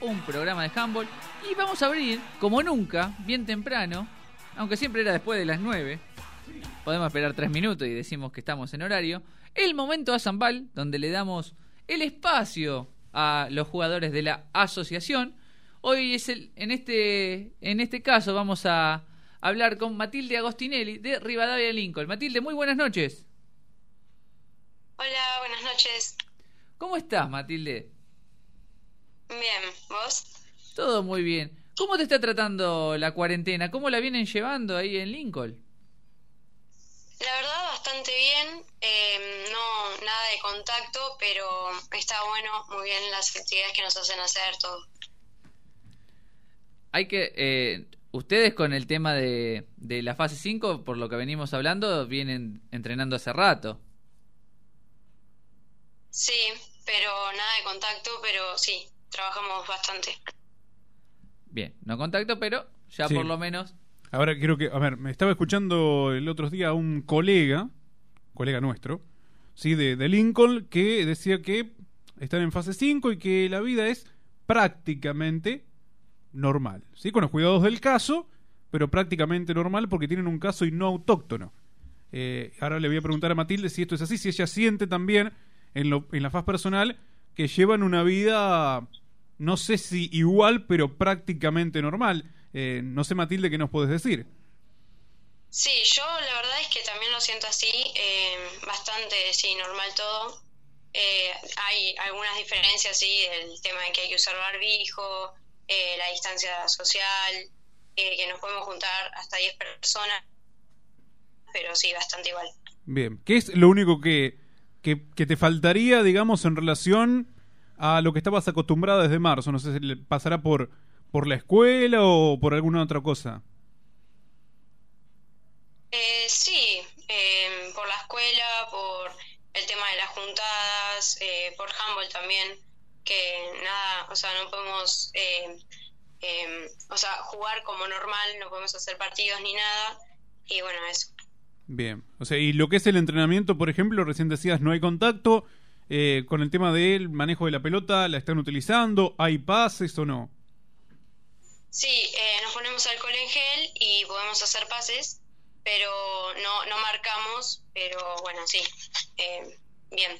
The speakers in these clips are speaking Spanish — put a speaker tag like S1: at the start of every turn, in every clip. S1: un programa de handball y vamos a abrir, como nunca, bien temprano, aunque siempre era después de las 9, podemos esperar 3 minutos y decimos que estamos en horario, el momento a Zambal, donde le damos el espacio a los jugadores de la asociación. Hoy es el, en este, en este caso vamos a hablar con Matilde Agostinelli de Rivadavia Lincoln. Matilde, muy buenas noches.
S2: Hola, buenas noches.
S1: ¿Cómo estás, Matilde?
S2: Bien, ¿vos?
S1: Todo muy bien. ¿Cómo te está tratando la cuarentena? ¿Cómo la vienen llevando ahí en Lincoln?
S2: La verdad, bastante bien. Eh, no, nada de contacto, pero está bueno, muy bien las actividades que nos hacen hacer todo.
S1: Hay que. eh, ustedes con el tema de, de la fase 5, por lo que venimos hablando, vienen entrenando hace rato.
S2: Sí, pero nada de contacto, pero sí, trabajamos bastante.
S1: Bien, no contacto, pero ya
S3: Sí.
S1: por lo menos.
S3: Ahora creo que, a ver, me estaba escuchando el otro día a un colega, colega nuestro, sí, de, de Lincoln, que decía que están en fase 5 y que la vida es prácticamente normal, sí, con los cuidados del caso, pero prácticamente normal porque tienen un caso y no autóctono. Eh, ahora le voy a preguntar a Matilde si esto es así, si ella siente también en, lo- en la faz personal que llevan una vida, no sé si igual, pero prácticamente normal. Eh, no sé, Matilde, qué nos podés decir.
S2: Sí, yo la verdad es que también lo siento así, eh, bastante, sí, normal todo. Eh, hay algunas diferencias, sí, el tema de que hay que usar barbijo, eh, la distancia social, eh, que nos podemos juntar hasta 10 personas, pero sí, bastante igual.
S3: Bien, ¿qué es lo único que, que, que te faltaría, digamos, en relación a lo que estabas acostumbrada desde marzo? No sé si le pasará por, por la escuela o por alguna otra cosa.
S2: Eh, sí, eh, por la escuela, por el tema de las juntadas, eh, por handball también, que nada, o sea, no podemos, eh, eh, o sea, jugar como normal, no podemos hacer partidos ni nada, y bueno, eso.
S3: Bien, o sea, y lo que es el entrenamiento, por ejemplo, recién decías, no hay contacto. eh, con el tema del manejo de la pelota, ¿la están utilizando? ¿Hay pases o no?
S2: Sí, eh, nos ponemos alcohol en gel y podemos hacer pases, pero no, no marcamos, pero bueno, sí, eh, bien.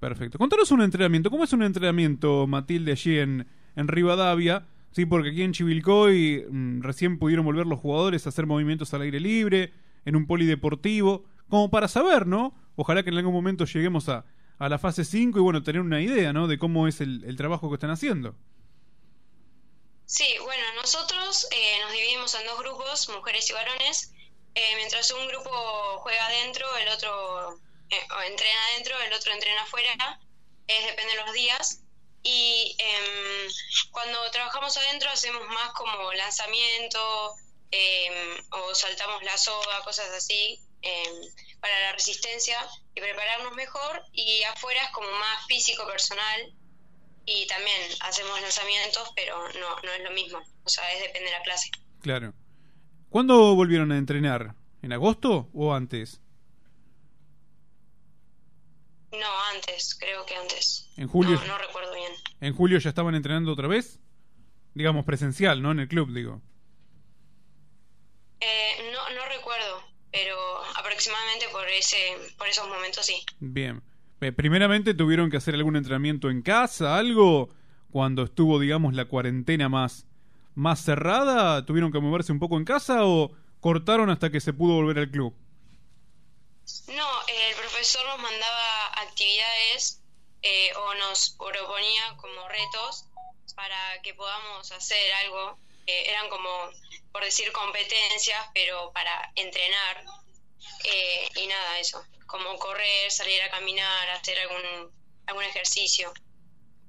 S3: Perfecto. Contanos un entrenamiento. ¿Cómo es un entrenamiento, Matilde, allí en, en Rivadavia? Sí, porque aquí en Chivilcoy mm, recién pudieron volver los jugadores a hacer movimientos al aire libre, en un polideportivo, como para saber, ¿no? Ojalá que en algún momento lleguemos a, a la fase 5 y, bueno, tener una idea, ¿no? De cómo es el, el trabajo que están haciendo.
S2: Sí, bueno, nosotros eh, nos dividimos en dos grupos, mujeres y varones. Eh, mientras un grupo juega adentro, el otro eh, o entrena adentro, el otro entrena afuera. eh, depende de los días. Y em, cuando trabajamos adentro hacemos más como lanzamiento em, o saltamos la soga, cosas así, em, para la resistencia y prepararnos mejor. Y afuera es como más físico, personal, y también hacemos lanzamientos, pero no, no es lo mismo. O sea, es depende de la clase.
S3: Claro. ¿Cuándo volvieron a entrenar? ¿En agosto o antes?
S2: No, antes, creo que antes.
S3: En julio.
S2: No, no recuerdo bien.
S3: ¿En julio ya estaban entrenando otra vez? Digamos, presencial, ¿no? En el club, digo.
S2: Eh, no, no recuerdo, pero aproximadamente por, ese, por esos momentos sí.
S3: Bien. Eh, primeramente tuvieron que hacer algún entrenamiento en casa, algo cuando estuvo, digamos, la cuarentena más más cerrada, tuvieron que moverse un poco en casa o cortaron hasta que se pudo volver al club.
S2: No, eh, el profesor nos mandaba actividades eh, o nos proponía como retos para que podamos hacer algo. Eh, eran como, por decir, competencias, pero para entrenar. Eh, y nada, eso. Como correr, salir a caminar, hacer algún, algún ejercicio.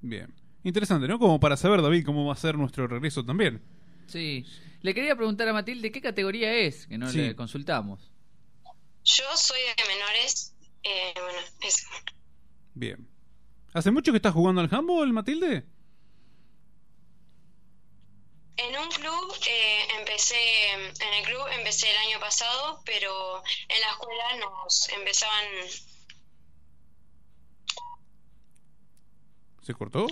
S3: Bien. Interesante, ¿no? Como para saber, David, cómo va a ser nuestro regreso también.
S1: Sí. Le quería preguntar a Matilde qué categoría es, que no
S3: Sí.
S1: le consultamos.
S2: Yo soy de menores. eh, bueno, eso.
S3: Bien. ¿Hace mucho que estás jugando al handball, Matilde?
S2: En un club eh, empecé, en el club empecé el año pasado, pero en la escuela nos empezaban,
S3: ¿Se cortó?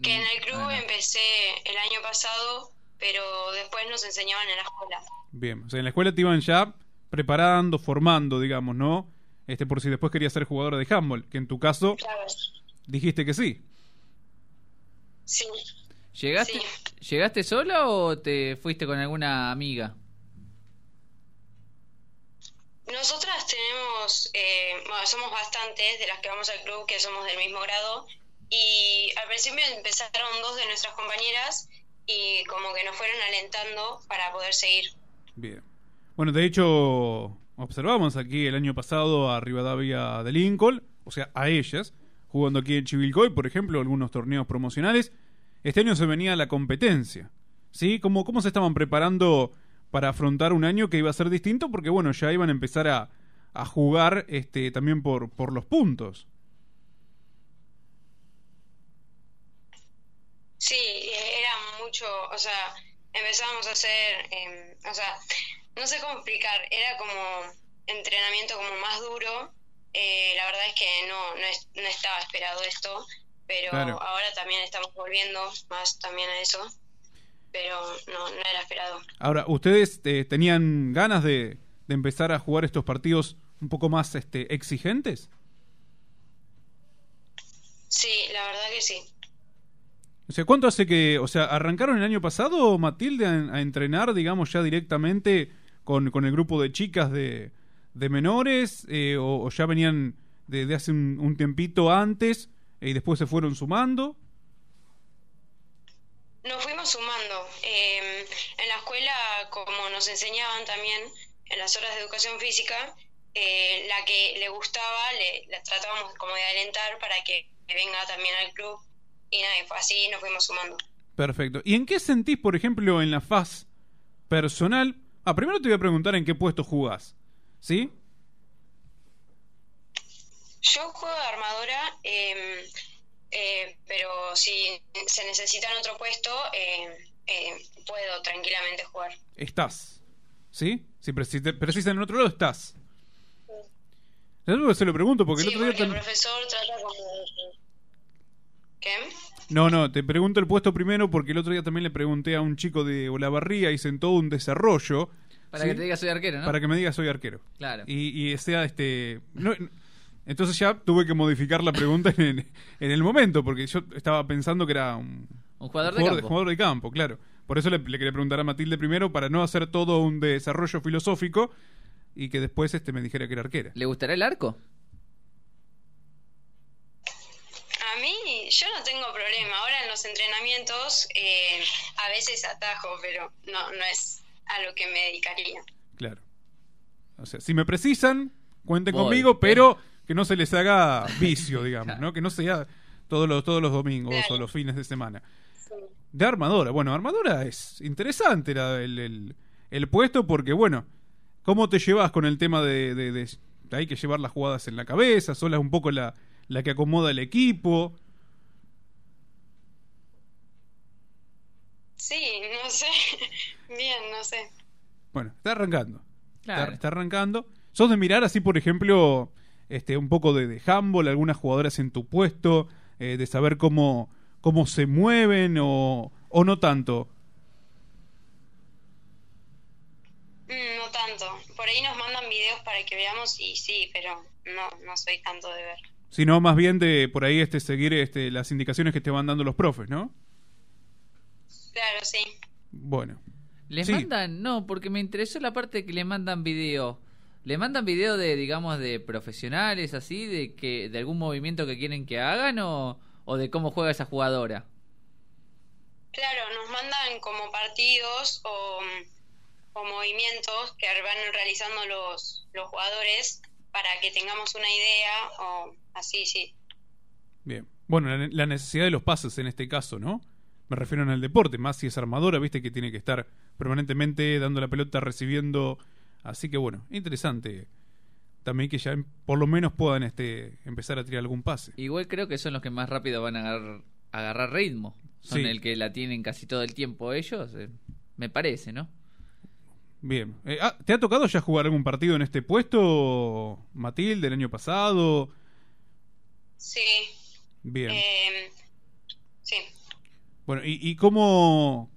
S2: Que en el club em-
S1: Ah, no.
S2: empecé el año pasado, pero después nos enseñaban en la escuela.
S3: Bien, o sea, en la escuela te iban ya preparando, formando, digamos, ¿no? Este, por si después querías ser jugadora de handball, que en tu caso
S2: Claro.
S3: dijiste que sí.
S2: Sí.
S1: ¿Llegaste, ¿Llegaste sola o te fuiste con alguna amiga?
S2: Nosotras tenemos, eh, bueno, somos bastantes de las que vamos al club, que somos del mismo grado, y al principio empezaron dos de nuestras compañeras y como que nos fueron alentando para poder seguir.
S3: Bien. Bueno, de hecho, observamos aquí el año pasado a Rivadavia de Lincoln, o sea, a ellas, jugando aquí en Chivilcoy, por ejemplo, algunos torneos promocionales. Este año se venía la competencia, ¿sí? ¿Cómo, cómo se estaban preparando para afrontar un año que iba a ser distinto? Porque, bueno, ya iban a empezar a, a jugar este, también por, por los puntos.
S2: Sí, eh, era mucho, o sea, empezábamos a hacer, eh, o sea, no sé cómo explicar, era como entrenamiento como más duro. Eh, la verdad es que no, no, es- no estaba esperado esto, pero
S3: Claro.
S2: ahora también estamos volviendo más también a eso, pero no, no era esperado.
S3: Ahora, ¿ustedes eh, tenían ganas de, de empezar a jugar estos partidos un poco más este, exigentes?
S2: Sí, la verdad que sí.
S3: O sea, ¿cuánto hace que, o sea, arrancaron el año pasado, Matilde, a, a entrenar, digamos, ya directamente con, con el grupo de chicas de, de menores? eh, o, o ya venían de, de hace un, un tiempito antes eh, y después se fueron sumando?
S2: Nos fuimos sumando. Eh, en la escuela, como nos enseñaban también en las horas de educación física, eh, la que le gustaba, le, la tratábamos como de alentar para que venga también al club. Y nada, y fue así nos fuimos sumando.
S3: Perfecto. ¿Y en qué sentís, por ejemplo, en la faz personal? Ah, primero te voy a preguntar en qué puesto jugás, ¿sí?
S2: Yo juego de armadora, eh, eh, pero si se necesita en otro puesto, eh, eh, puedo tranquilamente jugar.
S3: Estás, ¿sí? Si preci- precisan en otro lado, estás. Es algo que se lo pregunto porque
S2: sí,
S3: el otro día...
S2: porque el
S3: tam-
S2: profesor trata como... de- ¿Qué?
S3: No, no, te pregunto el puesto primero porque el otro día también le pregunté a un chico de Olavarría y sentó un desarrollo.
S1: Para
S3: ¿sí?
S1: que te diga soy arquero, ¿no?
S3: Para que me diga soy arquero.
S1: Claro.
S3: Y, y sea este. no- n- entonces ya tuve que modificar la pregunta en, el- en el momento porque yo estaba pensando que era un
S1: Un jugador de
S3: jugador,
S1: campo.
S3: jugador de campo, claro. Por eso le, le quería preguntar a Matilde primero para no hacer todo un desarrollo filosófico y que después este me dijera que era arquera.
S1: ¿Le gustará el arco?
S2: A mí, yo no tengo problema. Ahora en los entrenamientos eh, a veces atajo, pero no, no es a lo que me dedicaría.
S3: Claro. O sea, si me precisan, cuenten
S1: Voy.
S3: conmigo, pero que no se les haga vicio, digamos, ¿no? Que no sea todos los, todos los domingos
S2: Claro.
S3: o los fines de semana. De armadora. Bueno, armadora es interesante la- el, el- el puesto porque, bueno, ¿cómo te llevas con el tema de, de- de- de hay que llevar las jugadas en la cabeza? ¿Sola es un poco la, la que acomoda el equipo?
S2: Sí, no sé. Bien, no sé.
S3: Bueno, está arrancando.
S1: Claro.
S3: Está, está arrancando. ¿Sos de mirar así, por ejemplo, este, un poco de, de handball, algunas jugadoras en tu puesto, eh, de saber cómo, cómo se mueven o, o no tanto?
S2: Mm, No tanto. Por ahí nos mandan videos para que veamos y sí, pero no, no soy tanto de ver.
S3: Sino más bien de por ahí este, seguir este, las indicaciones que te van dando los profes, ¿no?
S2: Claro, sí.
S3: Bueno.
S1: ¿Les
S3: Sí.
S1: mandan? No, porque me interesó la parte que le mandan video. ¿Le mandan video de, digamos, de profesionales así, de que de algún movimiento que quieren que hagan o, o de cómo juega esa jugadora?
S2: Claro, nos mandan como partidos o, o movimientos que van realizando los, los jugadores para que tengamos una idea o así, sí.
S3: Bien. Bueno, la, la necesidad de los pases en este caso, ¿no? Me refiero en el deporte, más si es armadora, viste que tiene que estar permanentemente dando la pelota, recibiendo. Así que bueno, interesante. También que ya em- por lo menos puedan este, empezar a tirar algún pase.
S1: Igual creo que son los que más rápido van a agarrar, agarrar ritmo. Son
S3: Sí.
S1: el que la tienen casi todo el tiempo ellos, eh, me parece, ¿no?
S3: Bien. Eh, ah, ¿Te ha tocado ya jugar algún partido en este puesto, Matilde, el año pasado?
S2: Sí,
S3: Bien.
S2: Eh, Em, sí,
S3: Bueno, ¿y, y cómo...?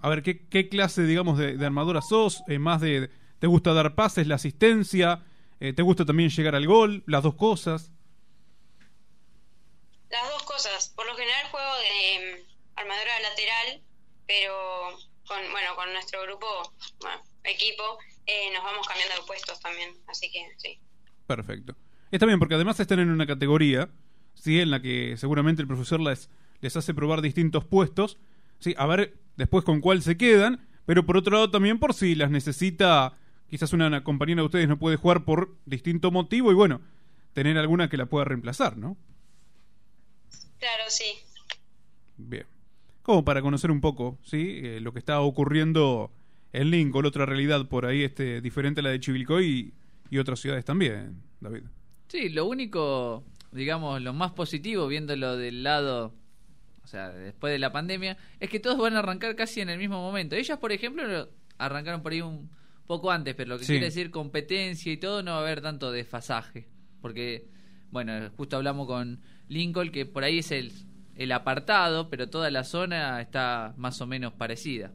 S3: A ver, ¿qué, qué clase, digamos, de, de armadura sos? Eh, ¿Más de... ¿Te gusta dar pases, la asistencia? Eh, ¿Te gusta también llegar al gol? Las dos cosas.
S2: Las dos cosas. Por lo general juego de mm, armadura lateral, pero con, bueno, con nuestro grupo, bueno, equipo, eh, nos vamos cambiando de puestos también. Así que sí.
S3: Perfecto. Está bien, porque además están en una categoría, ¿sí? En la que seguramente el profesor les, les hace probar distintos puestos, ¿sí? A ver después con cuál se quedan, pero por otro lado también por si las necesita, quizás una compañera de ustedes no puede jugar por distinto motivo y bueno, tener alguna que la pueda reemplazar, ¿no?
S2: Claro, sí.
S3: Bien. Como para conocer un poco, ¿sí? Eh, lo que está ocurriendo en Lincoln, otra realidad por ahí, este, diferente a la de Chivilcoy y, y otras ciudades también, David.
S1: Sí, lo único, digamos, lo más positivo, viéndolo del lado, o sea, después de la pandemia, es que todos van a arrancar casi en el mismo momento. Ellas, por ejemplo, lo- arrancaron por ahí un poco antes, pero lo que
S3: Sí.
S1: quiere decir competencia y todo, no va a haber tanto desfasaje. Porque, bueno, justo hablamos con Lincoln, que por ahí es el, el apartado, pero toda la zona está más o menos parecida.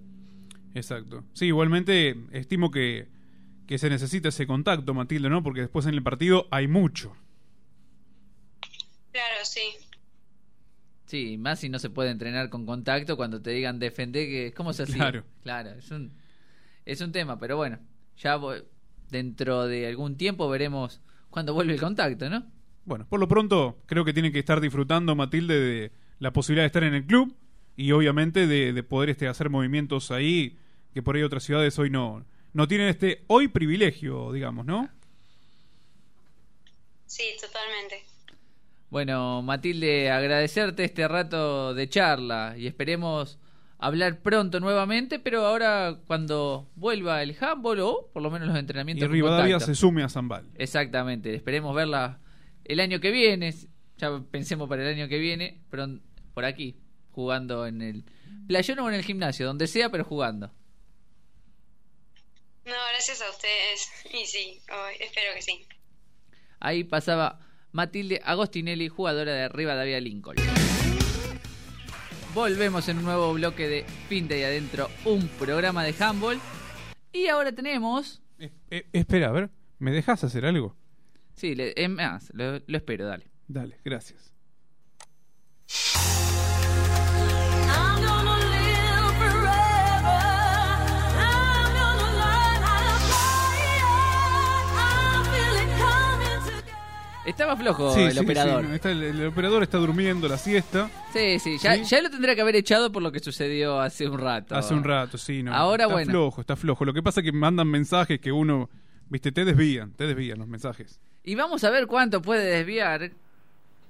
S3: Exacto. Sí, igualmente estimo que, que se necesita ese contacto, Matilde, ¿no? Porque después en el partido hay mucho.
S2: Claro, sí.
S1: Sí, más si no se puede entrenar con contacto cuando te digan defender que cómo se hacía.
S3: Claro.
S1: Claro, es un es un tema, pero bueno, ya vo- dentro de algún tiempo veremos cuándo vuelve el contacto, ¿no?
S3: Bueno, por lo pronto creo que tiene que estar disfrutando Matilde de la posibilidad de estar en el club y obviamente de, de poder este, hacer movimientos ahí que por ahí otras ciudades hoy no, no tienen este hoy privilegio, digamos, ¿no?
S2: Sí, totalmente.
S1: Bueno, Matilde, agradecerte este rato de charla y esperemos hablar pronto nuevamente, pero ahora cuando vuelva el handball o por lo menos los
S3: Y
S1: entrenamientos con
S3: Rivadavia
S1: contacto.
S3: se sume a Zambal.
S1: Eh, Exactamente, esperemos verla el año que viene, ya pensemos para el año que viene, pero por aquí, jugando en el playón o en el gimnasio, donde sea, pero jugando.
S2: No, gracias a ustedes. Y sí, hoy- espero que sí.
S1: Ahí pasaba Matilde Agostinelli, jugadora de Rivadavia Lincoln. Volvemos en un nuevo bloque de Fin de ahí adentro, un programa de handball. Y ahora tenemos...
S3: Eh, eh, espera, a ver, ¿me dejas hacer algo?
S1: Sí, le- es más, lo- lo espero, dale.
S3: Dale, gracias.
S4: I'm gonna live forever. I'm gonna learn how to fly. I feel it coming together.
S1: Estaba flojo
S3: Sí,
S1: Oh, el
S3: sí,
S1: operador.
S3: sí, está- el- el operador está durmiendo la siesta.
S1: Sí, sí, ya,
S3: ¿Sí?
S1: ya lo tendría que haber echado por lo que sucedió hace un rato.
S3: Hace un rato, sí, no.
S1: Ahora,
S3: está
S1: bueno.
S3: flojo, está flojo. Lo que pasa es que mandan mensajes que uno, viste, te desvían, te desvían los mensajes.
S1: Y vamos a ver cuánto puede desviar,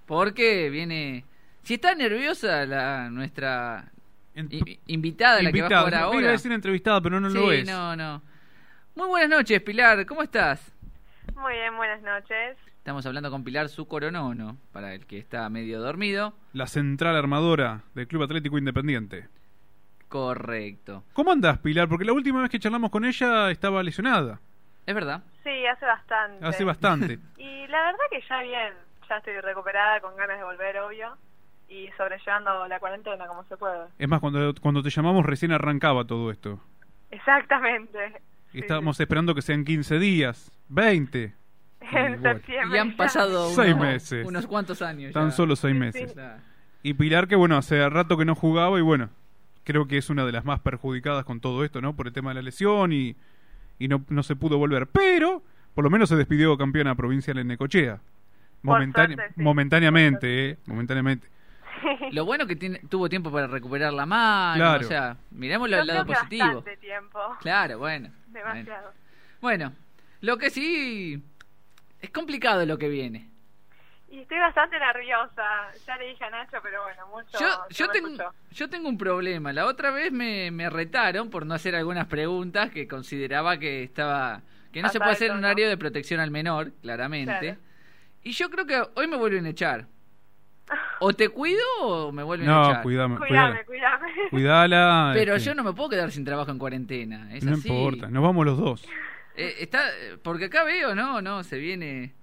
S1: porque viene... Si está nerviosa la nuestra
S3: En-
S1: i- i- invitada, ah, la que va a jugar
S3: Invitada, iba a
S1: ahora.
S3: decir entrevistada, pero no lo
S1: sí,
S3: es.
S1: no, no. Muy buenas noches, Pilar, ¿cómo estás?
S5: Muy bien, buenas noches.
S1: Estamos hablando con Pilar su coronono, para el que está medio dormido.
S3: La central armadora del Club Atlético Independiente.
S1: Correcto.
S3: ¿Cómo andás, Pilar? Porque la última vez que charlamos con ella estaba lesionada.
S1: Es verdad.
S5: Ah, Sí, hace bastante.
S3: Hace bastante.
S5: Y la verdad que ya bien, ya estoy recuperada, con ganas de volver, obvio, y sobrellevando la cuarentena como se puede.
S3: es más, cuando, cuando te llamamos recién arrancaba todo esto.
S5: Exactamente.
S3: Y
S5: Sí,
S3: estábamos esperando que sean 15 días, 20,
S5: sí.
S3: Muy
S5: En
S3: bueno.
S5: septiembre.
S1: Y han
S5: ya.
S1: pasado
S3: Seis
S1: unos,
S3: meses.
S1: unos cuantos años.
S3: tan
S1: ya.
S3: solo 6
S5: Sí,
S3: meses.
S1: Claro.
S3: Y Pilar, que bueno, hace rato que no jugaba y bueno, creo que es una de las más perjudicadas con todo esto, ¿no? Por el tema de la lesión y, y no, no se pudo volver. Pero, por lo menos se despidió campeona provincial en Necochea.
S5: Por
S3: Momentane-
S5: suerte, sí.
S3: Momentáneamente, ¿eh? Momentáneamente.
S1: Lo bueno que tiene, tuvo tiempo para recuperar la mano,
S3: Claro.
S1: o sea, miremos
S5: Yo
S1: el lado
S5: creo que
S1: positivo.
S5: bastante tiempo.
S1: Claro, bueno. Bueno.
S5: Demasiado.
S1: Bueno, lo que sí es complicado lo que viene.
S5: Y estoy bastante nerviosa. Ya le dije a Nacho, pero bueno, mucho.
S1: Yo,
S5: no
S1: yo,
S5: me
S1: tengo,
S5: escuchó.
S1: yo tengo un problema. La otra vez me, me retaron por no hacer algunas preguntas que consideraba que estaba que no se
S5: Pasada
S1: puede
S5: de
S1: hacer en un
S5: tono.
S1: área de protección al menor, claramente.
S5: Claro.
S1: Y yo creo que hoy me vuelven a echar. O te cuido o me vuelven a
S3: No,
S1: echar.
S3: cuidame,
S5: Cuidame,
S3: cuidala.
S5: cuidame.
S3: Cuidala.
S1: Pero
S3: este,
S1: yo no me puedo quedar sin trabajo en cuarentena. Es
S3: No
S1: así.
S3: importa, nos vamos los dos.
S1: Eh, está, eh, porque acá veo, no, no, se viene.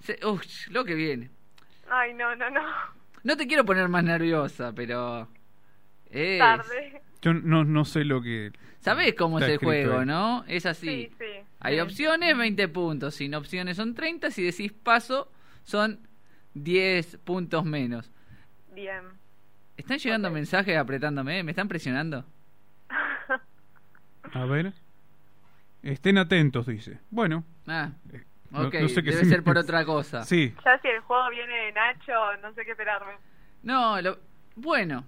S1: se- uf, lo que viene.
S5: Ay, no, no, no.
S1: No te quiero poner más nerviosa, pero. Es-
S5: tarde.
S3: Yo no, no sé lo que.
S1: Sabés cómo
S3: está
S1: es el
S3: escrito
S1: juego,
S3: ahí.
S1: ¿no? Es
S5: Sí,
S1: así.
S5: sí.
S1: Hay opciones, 20 puntos. Sin opciones son 30. Si decís paso, son 10 puntos menos.
S5: Bien.
S1: ¿Están llegando
S5: Ok.
S1: mensajes apretándome? ¿Me están presionando?
S3: A ver. Estén atentos, dice. Bueno,
S1: Ah,
S3: eh, no-
S1: ok.
S3: no sé qué
S1: Debe ser
S3: significa.
S1: por otra cosa.
S3: sí.
S5: Ya si el juego viene de Nacho, no sé qué esperarme.
S1: No, lo... bueno.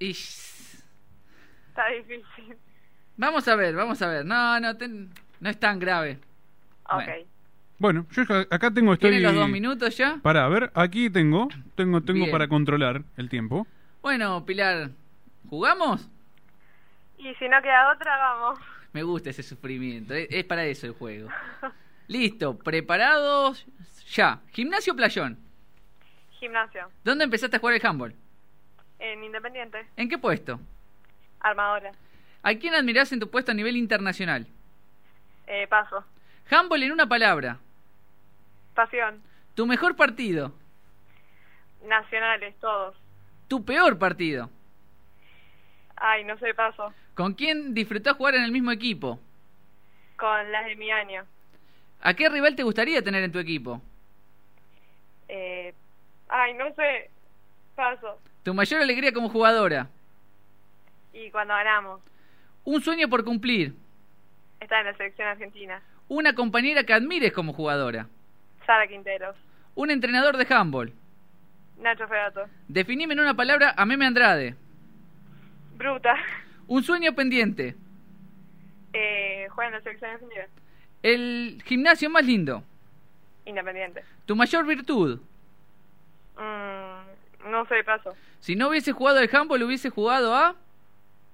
S1: Ish.
S5: Está difícil.
S1: Vamos a ver, vamos a ver. No, no, ten- no es tan grave.
S5: Ok.
S1: Bueno.
S3: Bueno, yo acá- acá tengo. Estoy...
S1: ¿Tiene los dos minutos ya?
S3: Para, a ver, aquí tengo. Tengo, tengo
S1: Bien.
S3: para controlar el tiempo.
S1: Bueno, Pilar, ¿jugamos?
S5: Y si no queda otra, vamos.
S1: Me gusta ese sufrimiento. Es, es para eso el juego. Listo, preparados ya. Gimnasio Playón.
S5: Gimnasio.
S1: ¿Dónde empezaste a jugar el handball?
S5: En Independiente.
S1: ¿En qué puesto?
S5: Armadora.
S1: ¿A quién admirás en tu puesto a nivel internacional?
S5: Eh, paso.
S1: Handball en una palabra.
S5: Pasión.
S1: Tu mejor partido.
S5: Nacionales, todos.
S1: Tu peor partido.
S5: Ay, no sé, paso.
S1: ¿Con quién disfrutás jugar en el mismo equipo?
S5: Con las de mi año.
S1: ¿A qué rival te gustaría tener en tu equipo?
S5: Eh, ay, no sé. Paso.
S1: Tu mayor alegría como jugadora.
S5: Y cuando ganamos.
S1: Un sueño por cumplir.
S5: Está en la selección argentina.
S1: Una compañera que admires como jugadora.
S5: Sara Quinteros.
S1: Un entrenador de handball.
S5: Nacho Feato.
S1: Definime en una palabra a Meme Andrade.
S5: Bruta.
S1: Un sueño pendiente.
S5: Eh, juega en la selección argentina.
S1: El gimnasio más lindo.
S5: Independiente.
S1: Tu mayor virtud.
S5: Mm, no sé, paso.
S1: Si no hubiese jugado al handball, hubiese jugado a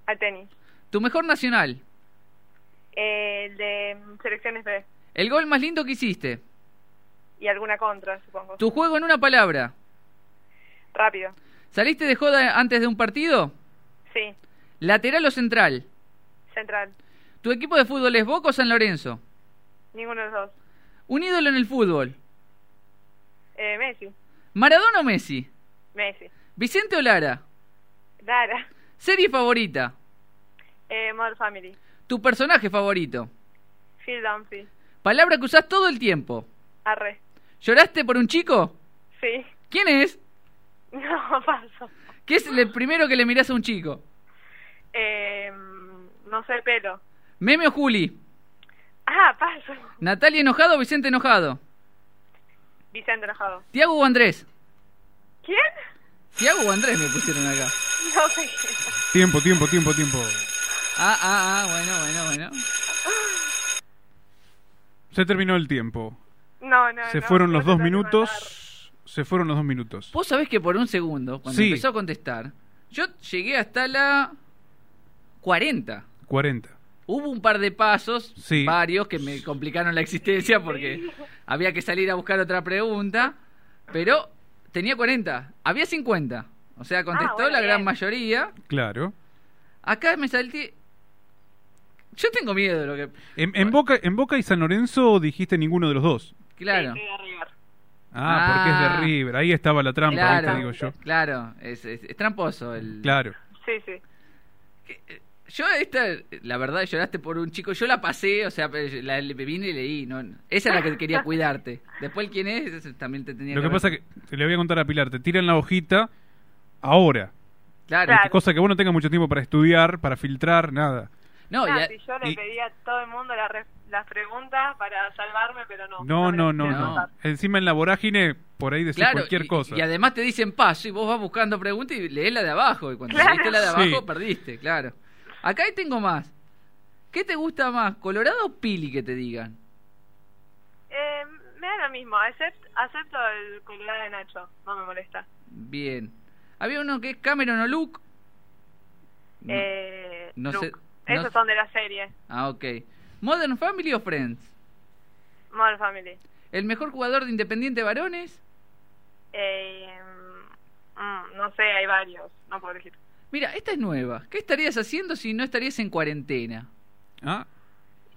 S5: Al tenis.
S1: tu mejor nacional.
S5: Eh, el de mm, selecciones B.
S1: El gol más lindo que hiciste.
S5: Y alguna contra, supongo.
S1: Tu juego en una palabra.
S5: Rápido.
S1: ¿Saliste de joda antes de un partido?
S5: Sí.
S1: ¿Lateral o central?
S5: Central.
S1: ¿Tu equipo de fútbol es Boca o San Lorenzo?
S5: Ninguno de los dos.
S1: ¿Un ídolo en el fútbol?
S5: Eh, Messi.
S1: ¿Maradona o Messi?
S5: Messi.
S1: ¿Vicente o Lara?
S5: Dara.
S1: ¿Serie favorita?
S5: Eh, Modern Family.
S1: ¿Tu personaje favorito?
S5: Phil Dunphy.
S1: ¿Palabra que usás todo el tiempo?
S5: Arre.
S1: ¿Lloraste por un chico?
S5: Sí.
S1: ¿Quién es?
S5: No, paso.
S1: ¿Qué es el primero que le mirás a un chico?
S5: Eh, mm, no sé, pelo.
S1: ¿Meme o Juli?
S5: Ah, paso.
S1: ¿Natalia enojado o Vicente enojado?
S5: Vicente enojado.
S1: ¿Tiago o Andrés?
S5: ¿Quién?
S1: ¿Tiago o Andrés me pusieron acá?
S5: No sé. quién.
S3: Tiempo, tiempo, tiempo, tiempo.
S1: Ah, ah, ah, bueno, bueno, bueno.
S3: Se terminó el tiempo.
S5: No, no.
S3: Se
S5: Ah, no,
S3: fueron
S5: no
S3: los
S5: te
S3: dos
S5: tengo que
S3: minutos. Se fueron los dos minutos.
S1: Vos sabés que por un segundo, cuando
S3: Sí.
S1: empezó a contestar, yo llegué hasta la 40.
S3: 40.
S1: Hubo un par de pasos,
S3: Sí.
S1: varios, que me complicaron la existencia porque había que salir a buscar otra pregunta, pero tenía 40, había 50, o sea, contestó
S5: Ah, bueno,
S1: la gran
S5: bien.
S1: mayoría.
S3: Claro.
S1: Acá me salté... Yo tengo miedo de lo que...
S3: En, en Boca, en Boca y San Lorenzo dijiste ninguno de los dos.
S5: dar.
S1: Claro,
S5: Sí, sí, de River.
S3: Ah, porque es
S1: Ah.
S3: de River. Ahí estaba la trampa,
S1: Claro.
S3: ¿viste? digo yo.
S1: claro, es, es- es tramposo el...
S3: Claro.
S5: Sí, sí.
S1: Yo esta, la verdad, lloraste por un chico. Yo la pasé, o sea, la, le- vine y leí. No, esa es la que quería cuidarte. Después, ¿quién es? Eso también te tenía
S3: Lo que
S1: ver.
S3: pasa que, te le voy a contar a Pilar, te tiran la hojita ahora.
S1: Claro.
S5: Claro.
S3: Cosa que vos no tengas mucho tiempo para estudiar, para filtrar, nada.
S1: No, y
S5: Ah,
S1: a-
S5: sí, yo le
S3: y-
S5: pedí a todo el mundo la re- las preguntas para salvarme, pero no.
S3: No,
S5: me
S3: no,
S5: las
S3: no,
S5: quisieron
S3: no.
S5: contar.
S3: Encima en la vorágine, por ahí decís
S1: claro,
S3: cualquier
S1: y,
S3: cosa.
S1: y además te dicen paso y vos vas buscando preguntas y lees la de abajo. Y cuando
S5: Claro.
S1: leíste la de
S3: Sí.
S1: abajo, perdiste, claro. Acá ahí tengo más. ¿Qué te gusta más, Colorado o Pili que te digan?
S5: Eh, me da lo mismo, acept- acepto el colorado de Nacho, no me molesta.
S1: Bien. Había uno que es Cameron o Luke. No.
S5: Eh,
S1: Mm, no
S5: Luke.
S1: sé- no
S5: Esos
S1: sé-
S5: son de la serie,
S1: Ah, ok. Modern Family o Friends.
S5: Modern Family.
S1: ¿El mejor jugador de Independiente Varones?
S5: Eh, mm, no sé, hay varios, no puedo elegir.
S1: Mira, esta es nueva. ¿Qué estarías haciendo si no estarías en cuarentena?
S3: Ah,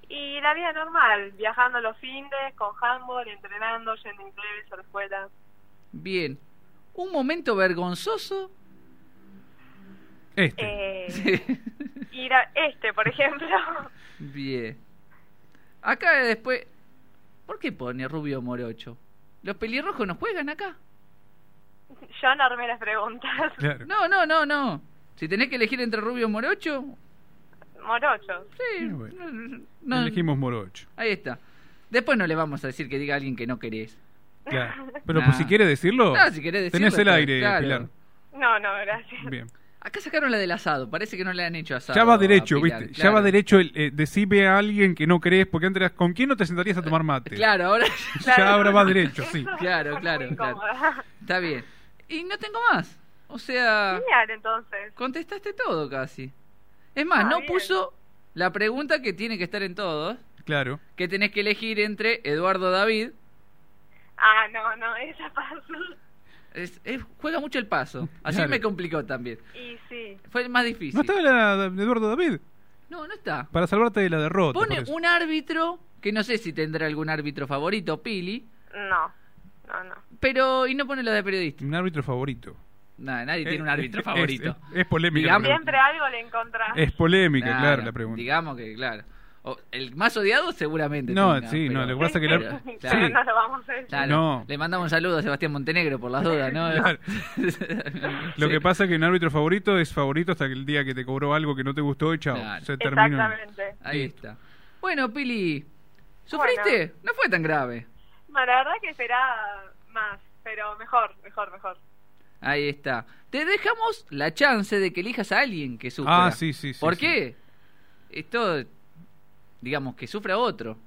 S5: Y la vida normal, viajando los fines, con handball, entrenando, yendo a inglés a la escuela.
S1: Bien. ¿Un momento vergonzoso
S3: Este.
S5: Eh,
S1: Sí.
S5: Ir a este, por ejemplo.
S1: Bien. Acá después. ¿Por qué pone rubio morocho? ¿Los pelirrojos no juegan acá?
S5: Yo no armé las preguntas.
S3: Claro.
S1: No, no, no, no. Si tenés que elegir entre rubio morocho,
S5: Morochos.
S1: sí.
S3: Mira, Eh, bueno.
S1: no- no-
S3: Elegimos Morocho.
S1: Ahí está. Después no le vamos a decir que diga a alguien que no querés.
S3: Claro. Pero
S1: Nah.
S3: pues, si quieres decirlo,
S1: Ah, si querés decirlo,
S3: tenés el
S1: está-
S3: aire,
S1: claro.
S3: Pilar.
S5: No, no, gracias.
S3: Bien.
S1: Acá sacaron la del asado, parece que no le han hecho asado.
S3: Ya va derecho,
S1: a Pilar,
S3: ¿viste? Ya
S1: claro.
S3: va derecho el eh, decime a alguien que no crees, porque antes eras, ¿con quién no te sentarías a tomar mate?
S1: Eh, Claro, ahora
S3: Ya ahora va derecho, sí.
S1: Claro, claro,
S5: Muy
S1: claro. Ah.
S5: incómoda.
S1: está bien. Y no tengo más. O sea,
S5: Genial, entonces.
S1: contestaste todo casi. Es más,
S5: Ah,
S1: no
S5: bien.
S1: puso la pregunta que tiene que estar en todos,
S3: Claro.
S1: que tenés que elegir entre Eduardo David.
S5: Ah, no, no, esa pasa.
S1: Es, es- juega mucho el paso. Así
S3: Claro.
S1: me complicó también.
S5: Y sí.
S1: Fue el más difícil.
S3: ¿No estaba la de Eduardo David?
S1: No, no está.
S3: Para salvarte de la derrota.
S1: Pone
S3: parece.
S1: un árbitro, que no sé si tendrá algún árbitro favorito, Pili,
S5: No, no, no.
S1: pero. y no pone lo de periodista.
S3: Un árbitro favorito.
S1: Nada, nadie tiene un
S3: Eh,
S1: árbitro
S3: es-
S1: favorito.
S3: Es, es polémica. la
S1: Digamos-
S3: pregunta.
S5: Siempre algo le encontrás.
S3: Es polémica,
S1: Claro,
S3: claro, la pregunta.
S1: Digamos que, claro. O- el más odiado, seguramente.
S3: No,
S1: tenga,
S3: sí,
S1: pero-
S3: no, lo que pasa es que la-
S1: pero-
S5: Pero
S1: claro,
S5: no lo vamos a decir.
S1: claro.
S3: No.
S1: Le mandamos un saludo a Sebastián Montenegro por las dudas, ¿no?
S3: Claro. Lo
S1: Sí.
S3: que pasa es que un árbitro favorito es favorito hasta que el día que te cobró algo que no te gustó y chao.
S1: Claro.
S3: Se terminó.
S5: Exactamente.
S1: Ahí está. Bueno, Pili, ¿sufriste? No fue tan grave.
S5: No, la verdad que será más, pero mejor, mejor, mejor.
S1: Ahí está. Te dejamos la chance de que elijas a alguien que sufra.
S3: Ah, sí, sí, sí.
S1: ¿Por
S3: sí.
S1: qué? Esto, digamos, que sufra otro.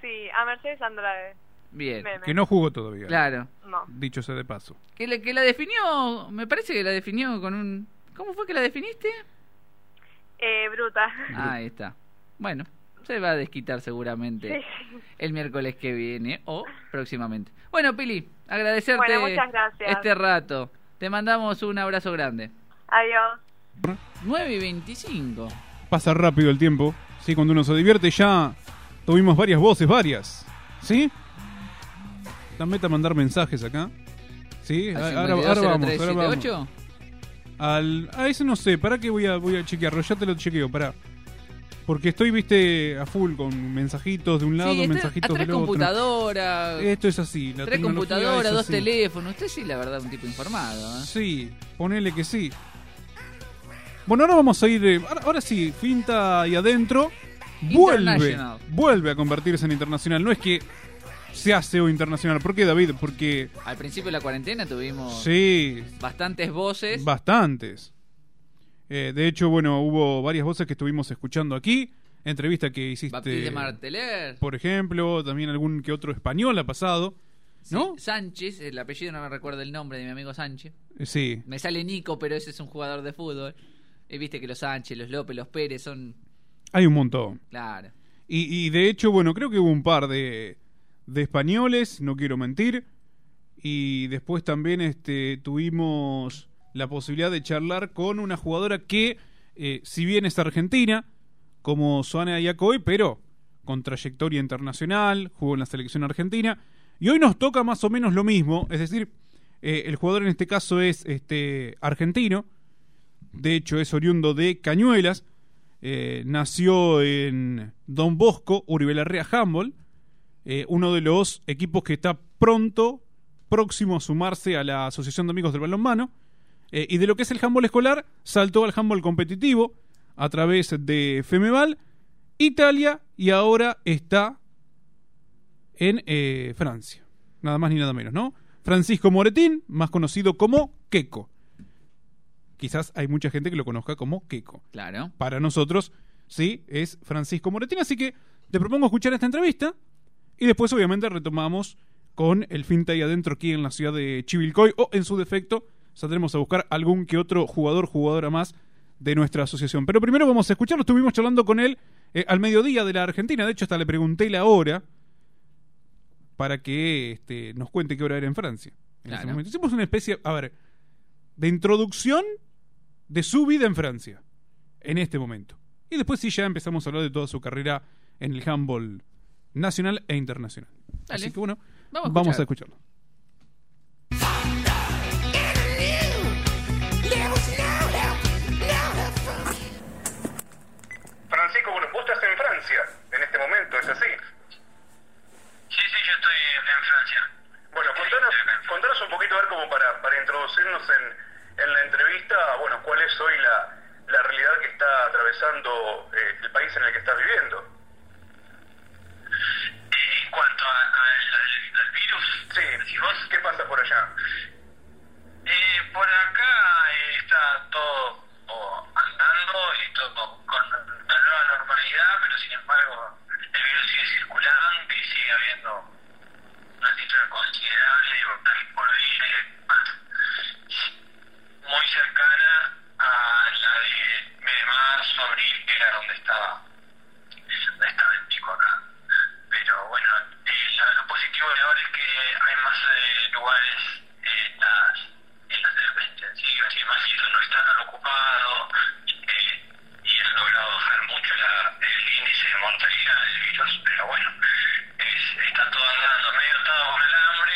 S5: Sí, a Mercedes Andrade.
S1: Bien,
S5: Meme.
S3: Que no jugó todavía.
S1: claro.
S5: No.
S3: Dicho sea de paso.
S1: Que la, que la definió, me parece que la definió con un... ¿Cómo fue que la definiste?
S5: Eh, bruta.
S1: Ah, ahí está. Bueno, se va a desquitar seguramente el miércoles que viene o próximamente. Bueno, Pili, agradecerte
S5: Bueno, muchas gracias.
S1: este rato. Te mandamos un abrazo grande.
S5: Adiós.
S1: 9 y 25.
S3: Pasa rápido el tiempo. Sí, cuando uno se divierte ya tuvimos varias voces, varias. ¿Sí? También a mandar mensajes acá. ¿Sí?
S1: Al
S3: A- Ahora,
S1: 52
S3: ahora vamos,
S1: 03
S3: ahora vamos.
S1: 78.
S3: Al, a ese no sé, para que voy a, voy a chequearlo, ya te lo chequeo, para. Porque estoy, viste, a full con mensajitos de un lado,
S1: Sí, está- a
S3: mensajitos
S1: tres
S3: del otro.
S1: computadoras,
S3: Esto es así, la
S1: tres
S3: tecnología
S1: computadoras,
S3: es
S1: dos
S3: así.
S1: teléfonos. Usted sí, la verdad, un tipo informado. ¿eh?
S3: Sí, ponele que sí. Bueno, ahora vamos a ir. eh, ahora, ahora sí, finta y adentro. Vuelve.
S1: International.
S3: Vuelve a convertirse en internacional. No es que se hace o internacional. ¿Por qué, David? Porque.
S1: Al principio de la cuarentena tuvimos
S3: Sí,
S1: bastantes voces.
S3: Bastantes. Eh, de hecho, bueno, hubo varias voces que estuvimos escuchando aquí. Entrevista que hiciste,
S1: Baptiste Marteler,
S3: por ejemplo, también algún que otro español ha pasado,
S1: sí,
S3: ¿no?
S1: Sánchez, el apellido no me recuerdo el nombre de mi amigo Sánchez.
S3: Eh, Sí,
S1: Me sale Nico, pero ese es un jugador de fútbol. Y viste que los Sánchez, los López, los Pérez son.
S3: hay un montón.
S1: Claro.
S3: Y, y de hecho, bueno, creo que hubo un par de, de españoles, no quiero mentir. Y después también este, tuvimos la posibilidad de charlar con una jugadora que, eh, si bien es argentina, como Suana Yacoy, pero con trayectoria internacional, jugó en la selección argentina. Y hoy nos toca más o menos lo mismo, es decir, eh, el jugador en este caso es este, argentino, de hecho es oriundo de Cañuelas, eh, nació en Don Bosco, Uribelarrea Humboldt, eh, uno de los equipos que está pronto, próximo a sumarse a la Asociación de Amigos del Balonmano. Eh, y de lo que es el handball escolar, saltó al handball competitivo a través de Femeval, Italia, y ahora está en eh, Francia. Nada más ni nada menos, ¿no? Francisco Moretín, más conocido como Queco. Quizás hay mucha gente que lo conozca como Queco
S1: Claro.
S3: para nosotros, sí, es Francisco Moretín. Así que te propongo escuchar esta entrevista y después obviamente retomamos con el finta ahí adentro aquí en la ciudad de Chivilcoy o en su defecto saldremos a buscar algún que otro jugador, jugadora más de nuestra asociación. Pero primero vamos a escucharlo. Estuvimos charlando con él eh, al mediodía de la Argentina. De hecho, hasta le pregunté la hora para que este, nos cuente qué hora era en Francia. En ese
S1: Claro.
S3: momento. Hicimos una especie, a ver, de introducción de su vida en Francia en este momento. Y después sí ya empezamos a hablar de toda su carrera en el handball nacional e internacional.
S1: Dale.
S3: Así que bueno,
S1: Vamos a
S3: vamos, a escucharlo.
S6: There was no help, no este atravesando eh, el país en el que estás viviendo.
S7: Eh, En cuanto a- al, al- al virus,
S6: Sí,
S7: decís vos,
S6: ¿qué pasa por allá?
S7: eh, por acá eh, está todo oh, andando y todo con la nueva normalidad, pero sin embargo el virus sigue circulando y sigue habiendo una cifra considerable de mortales por día y demás. muy cercana a la de, de marzo, abril, que era donde estaba, donde estaba el pico acá. Pero bueno, eh, la- lo positivo de ahora es que hay más eh, lugares en las, en las defensivas y demás, y eso no está tan ocupado, eh, y han logrado bajar mucho la- el índice de mortalidad del virus, pero bueno, es- está todo andando, medio atado con alambre,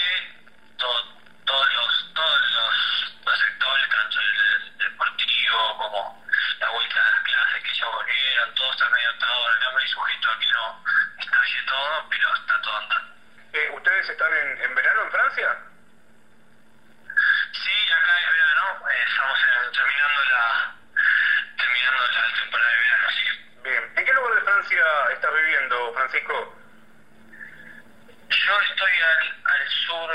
S7: todo- todos los todos los, los sectores, tanto el, el deportivo como la vuelta a las clases que ya volvieron, todo está medio atado al alambre y sujeto a que no estalle todo, pero está todo andando.
S6: Eh, ¿Ustedes están en, en verano en Francia?
S7: Sí, acá es verano, eh, estamos en- terminando la terminando la temporada de verano, así que
S6: Bien. ¿En qué lugar de Francia estás viviendo, Francisco?
S7: Yo estoy al, al sur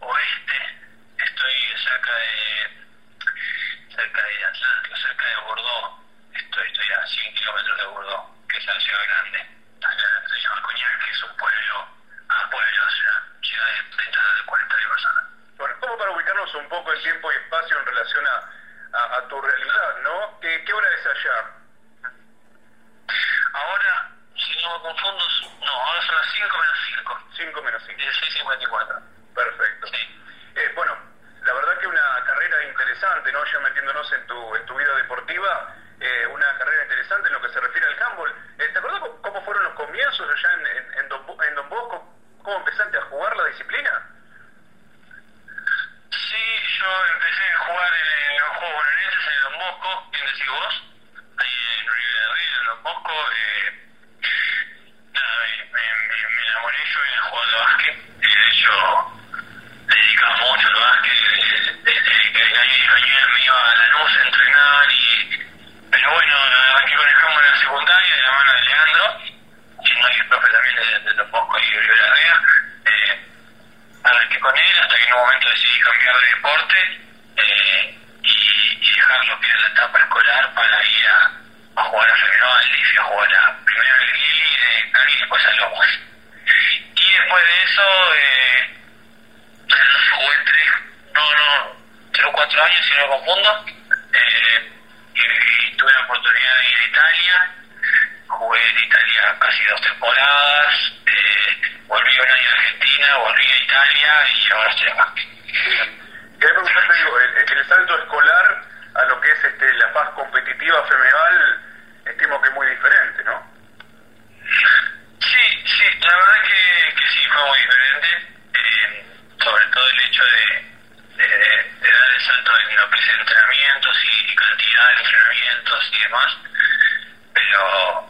S7: oeste, estoy cerca de cerca de Atlántico, cerca de Bordeaux. Estoy, estoy a 100 kilómetros de Bordeaux, que es la ciudad grande. La ciudad se llama Cognac, que es un pueblo, a pueblo, es una ciudad de, de 40.000 personas.
S6: Bueno, como para ubicarnos un poco en tiempo y espacio en relación a, a- a tu realidad, ¿no? ¿Qué, qué hora es allá?
S7: Ahora, si no me confundo, es- no, ahora son las 5 menos Eh, 5,
S6: 5 menos 5.
S7: 16.54.
S6: Perfecto.
S7: Sí.
S6: Eh, bueno, la verdad que una carrera interesante, ¿no? Ya metiéndonos en tu, en tu vida deportiva, eh, una carrera interesante en lo que se refiere al handball. Eh, ¿Te acuerdas cómo, cómo fueron los comienzos allá en, en, en Don, Bo- en Don Bosco? ¿Cómo empezaste a jugar la disciplina?
S7: Sí, yo empecé a jugar en los Juegos Bonaerenses en Don Bosco, bien decís vos, ahí en Río de Río, en Don Bosco. Eh, nada, me, me, me- me enamoré, yo venía jugando básquet. Eh, de hecho, me dedicaba mucho al básquet. eh, Desde que tenía 10 años me iba a Lanús a entrenar. y Pero bueno, arranqué con el campo en la secundaria, de la mano de Leandro, que no es profe también de, de Don Bosco y Río de Río. Eh, arranqué con él hasta que en un momento decidí cambiar de deporte eh, y, y dejar lo que era la etapa escolar para ir a, a jugar a Fenoval y fui a jugar a primero el Gili de Cari y después a Lomos. Y después de eso eh, jugué tres, no, no, tres o cuatro años si no me confundo eh, y, y tuve la oportunidad de ir a Italia jugué en Italia casi dos temporadas, eh, volví un año a Argentina, volví a Italia y ahora estoy acá.
S6: Quería preguntarte, digo, el, eh, el salto escolar a lo que es este, la paz competitiva femeval, estimo que es muy diferente, ¿no?
S7: Sí, sí, la verdad que, que sí, fue muy diferente, eh, sobre todo el hecho de, de, de- de dar el salto en lo que es entrenamientos y, y cantidad de entrenamientos y demás, pero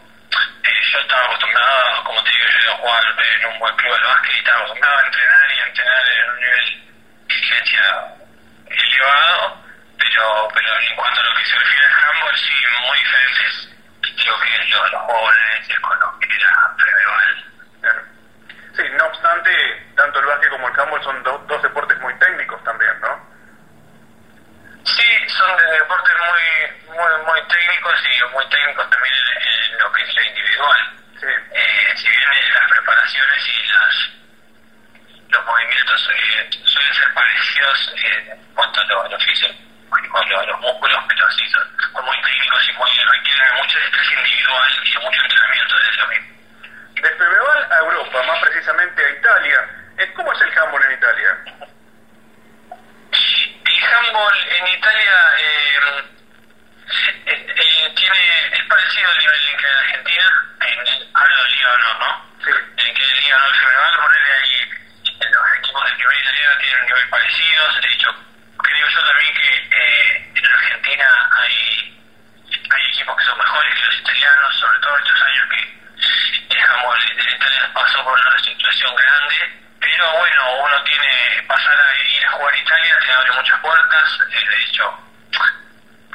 S7: eh, yo estaba acostumbrado, como te digo, yo iba a jugar en un buen club al básquet y estaba acostumbrado a entrenar y a entrenar en un nivel de exigencia elevado, pero, pero en cuanto a lo que se refiere al handball, sí, muy diferentes. Creo que es lo- los jóvenes con lo que era Fedeval.
S6: Claro. Sí, no obstante, tanto el básquet como el handball son do- dos deportes muy técnicos también, ¿no?
S7: Sí, son de deportes muy, muy, muy técnicos y muy técnicos también en, en lo que es lo individual.
S6: Sí.
S7: Eh, si bien eh, las preparaciones y las los movimientos eh, suelen ser parecidos eh, en cuanto a lo, a lo físico, con lo- a los músculos, pero sí son, son muy técnicos y muy, requieren de mucho estrés individual y de mucho entrenamiento de eso mismo.
S6: De Femeval a Europa, más precisamente a Italia. Eh, ¿Cómo es el handball en Italia?
S7: El handball en Italia eh, eh, eh, tiene, es parecido al nivel que en Argentina, en el, hablo de Liga Honor, ¿no?
S6: Sí.
S7: En que Liga Honor Femenal, ponerle ahí eh, los equipos de primera italiana tienen un nivel parecido, de hecho, creo yo también que eh, en Argentina hay, hay equipos que son mejores que los italianos, sobre todo estos años que el handball de Italia pasó por una reestructuración grande, pero bueno, uno tiene, pasar a ir a jugar a Italia te abre muchas puertas, eh, de hecho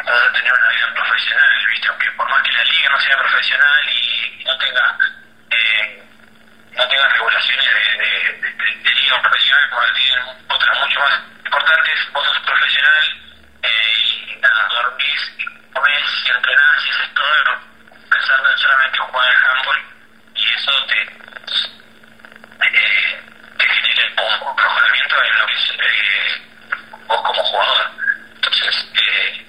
S7: vas a tener una vida profesional, ¿viste? Aunque por más que el profesional y no tenga eh, no tenga regulaciones de, de, de, de liga profesional porque tienen otras mucho más importantes vos sos profesional eh, y nada dormís y comés y entrenás y haces todo pensando en solamente jugar al handball y eso te eh, te genera un mejoramiento en lo que es eh, vos como jugador entonces eh,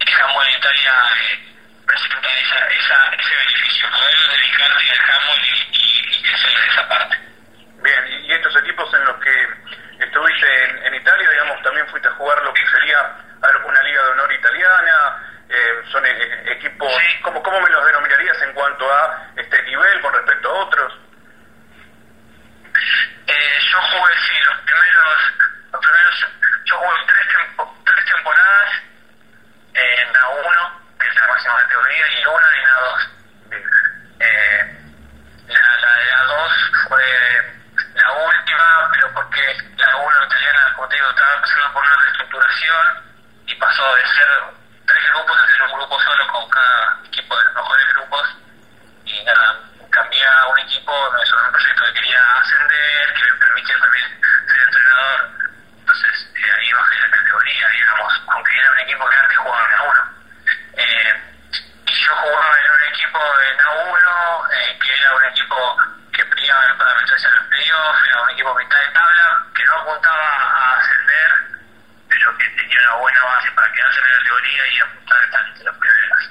S7: el handball en Italia eh, presenta esa, esa, ese beneficio poder dedicarte al handball y, y, y crecer en esa parte
S6: Bien, y- y estos equipos en los que estuviste en, en Italia, digamos, también fuiste a jugar lo que sería a ver, una liga de honor italiana, eh, son eh, eh, equipos,
S7: Sí.
S6: ¿cómo, ¿cómo me los denominarías en cuanto a este nivel con respecto a otros?
S7: Eh, yo jugué, sí, los primeros, los primeros, yo jugué tres, tempo- tres temporadas en A1, que es la máxima categoría, y una en A2. Eh, la, la de A2 fue la última, pero porque la A1 italiana, como te digo, estaba pasando por una reestructuración y pasó de ser tres grupos a ser un grupo solo con cada equipo de los mejores grupos y nada, cambié a un equipo, me sobre un proyecto que quería ascender, que me permitía también ser entrenador. Entonces eh, ahí bajé la categoría, digamos, aunque era un equipo que antes jugaba en A1. Eh, y yo jugaba en un equipo en A1, eh, que era un equipo que peleaba para meterse en los playoffs, era un equipo mitad de tabla, que no apuntaba a ascender, pero que tenía una buena base para quedarse en la categoría y apuntar a estar entre los primeros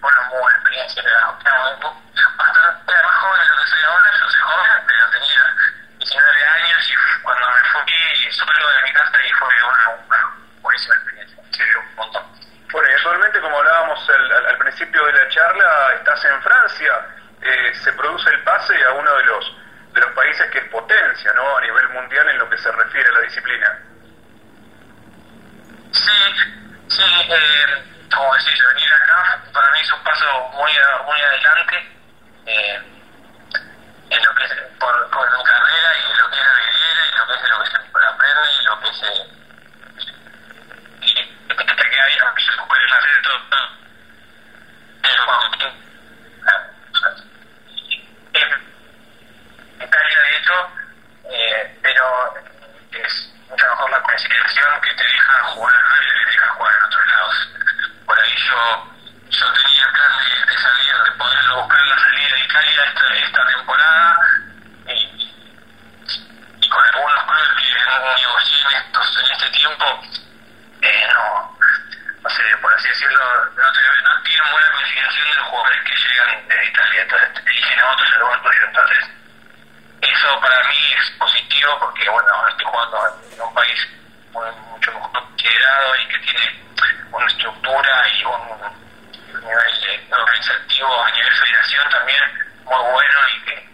S7: una muy buena experiencia de bastante más joven de lo que soy ahora, yo soy joven, pero tenía 19 años y f- cuando me fui solo de mi casa y fue una, una buenísima experiencia, sí, un montón.
S6: Bueno, y actualmente, como hablábamos al, al- al principio de la charla, estás en Francia, eh, se produce el pase a uno de los, de los países que es potencia, ¿no? A nivel mundial en lo que se refiere a la disciplina.
S7: Sí, sí, eh, como decís, venir acá para mí es un paso muy, a- muy adelante eh, en lo que es por, por mi carrera y lo que es la vidriera y lo que es de lo que se aprende y lo que se... Y hasta que hay aunque se pueden hacer todo. todo. Pero, bueno, eh, eh, Italia de hecho, eh, pero es mucho mejor la consideración que te deja jugar acá y te deja jugar en otros lados. Por ahí yo, yo tenía el plan de, de salir, de poder buscar la salida de Italia esta, esta temporada y, y con algunos clubes que negocié en, estos, en este tiempo, eh, no, no sé, por así decirlo, no, te- no tienen buena consideración de los jugadores que llegan de Italia, entonces te eligen a otros en lugar tuyo, entonces eso para mí es positivo porque bueno ahora estoy jugando en un país muy- mucho mejor considerado y que tiene una estructura y un nivel de- organizativo a nivel federación también muy bueno y que,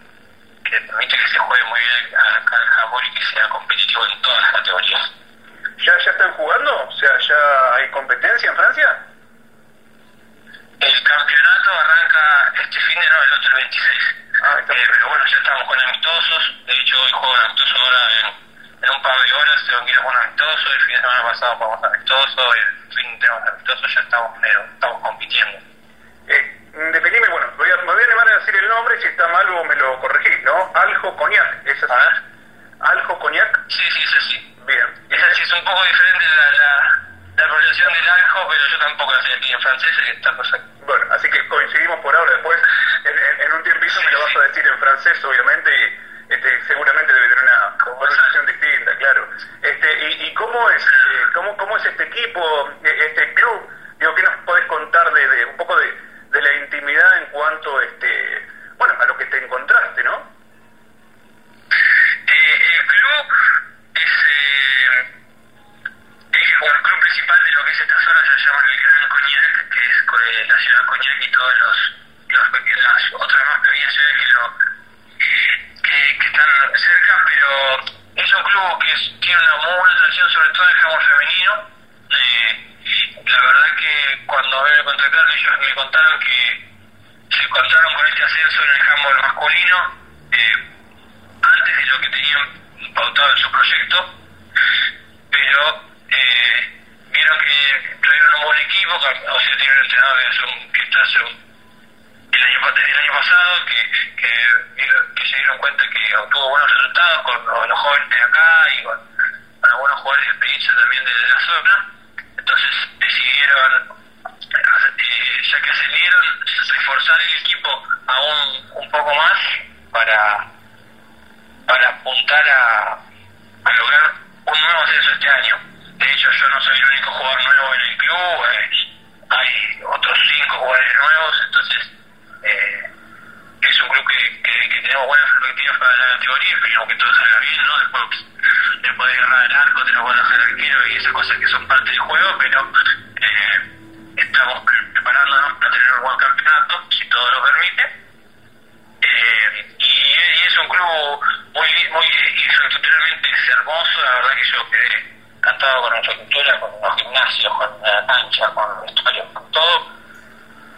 S7: que permite que se juegue muy bien acá el Japón y que sea competitivo en todas las categorías
S6: ¿Ya, ya están jugando? O sea, ¿ya hay competencia en Francia?
S7: el campeonato arranca este fin de no el otro el 26
S6: Ah, está
S7: Eh, pero bueno ya estamos con amistosos de hecho hoy juego un amistoso ahora en, en un par de horas tengo que ir a jugar un amistoso el fin de semana pasado jugamos amistoso el fin de semana amistoso ya estamos medio, estamos compitiendo
S6: Eh, definime, bueno, voy a- me voy a animar a decir el nombre, si está mal vos me lo corregís, ¿no? Aljo Cognac, ¿es así?
S7: A ver.
S6: Aljo Cognac,
S7: sí, sí, es así
S6: bien.
S7: es así, es un poco diferente la, la, la pronunciación del aljo pero yo tampoco la sé aquí en francés y está perfecto
S6: Bueno, así que coincidimos por ahora, después en, en- en un tiempito me lo vas a decir en francés, obviamente, y este, seguramente debe tener una pronunciación distinta, claro. Este, y, y cómo es eh, cómo, cómo es este equipo, eh, este club? Digo, ¿qué nos podés contar de, de- un poco de, de la intimidad en cuanto este bueno, a lo que te encontraste, ¿no?
S7: Eh, el club es eh, es que como el club principal de lo que es esta zona se llama el Gran Coñac, que es co- eh, la ciudad Coñac y todas los, los peque- las otras más pequeñas ciudades que, lo, que, que están cerca, pero es un club que es- tiene una muy buena atracción, sobre todo en el campo femenino. Eh, la verdad que cuando a mí me contactaron ellos me contaron que se encontraron con este ascenso en el handball masculino. Eh, antes de lo que tenían pautado en su proyecto, pero eh, vieron que trajeron un buen equipo, o sea, tiene un entrenador que, es un, que está hace un- el año, pa- el año pasado que, que, dieron- que se dieron cuenta que obtuvo buenos resultados con los los jóvenes de acá y con, con algunos jugadores de experiencia también de, de la zona. Entonces decidieron, eh, ya que ascendieron, reforzar el equipo aún un poco más para, para apuntar a, a lograr un nuevo ascenso este año. De hecho, yo no soy el único jugador nuevo en el club, eh, hay otros cinco jugadores nuevos, entonces eh, es un club que, que, que tenemos buenas perspectivas para la categoría, esperemos que todo salga bien, ¿no? Después, después de agarrar el arco, tenemos buenos arqueros y esas cosas que son parte del juego, pero eh, estamos pre- preparándonos para tener un buen campeonato, si todo lo permite. Eh, y, y es un club muy, muy y es culturalmente es hermoso, la verdad que yo quedé encantado con nuestra cultura, con los gimnasios, con la cancha, con los vestuarios, con todo.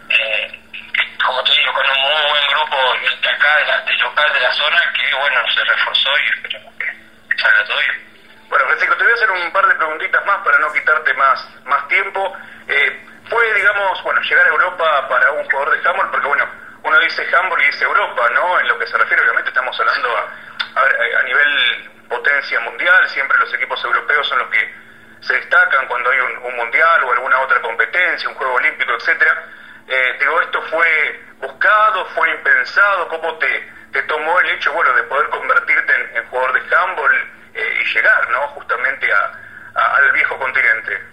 S7: Eh, como te digo, con un muy buen grupo de acá, de, la, de local de la zona, que bueno, se reforzó y esperemos que salga todo bien.
S6: Bueno, Francisco, te voy a hacer un par de preguntitas más para no quitarte más, más tiempo. Eh, ¿Fue, digamos, bueno, llegar a Europa para un jugador de handball? Porque, bueno, uno dice handball y dice Europa, ¿no? En lo que se refiere, obviamente, estamos hablando a, a ver, a- a nivel potencia mundial. Siempre los equipos europeos son los que se destacan cuando hay un, un mundial o alguna otra competencia, un juego olímpico, etcétera. Eh, digo, ¿esto fue buscado, fue impensado? ¿Cómo te, te tomó el hecho, bueno, de poder convertirte en, en jugador de handball eh, y llegar, ¿no? Justamente a- a- al viejo continente.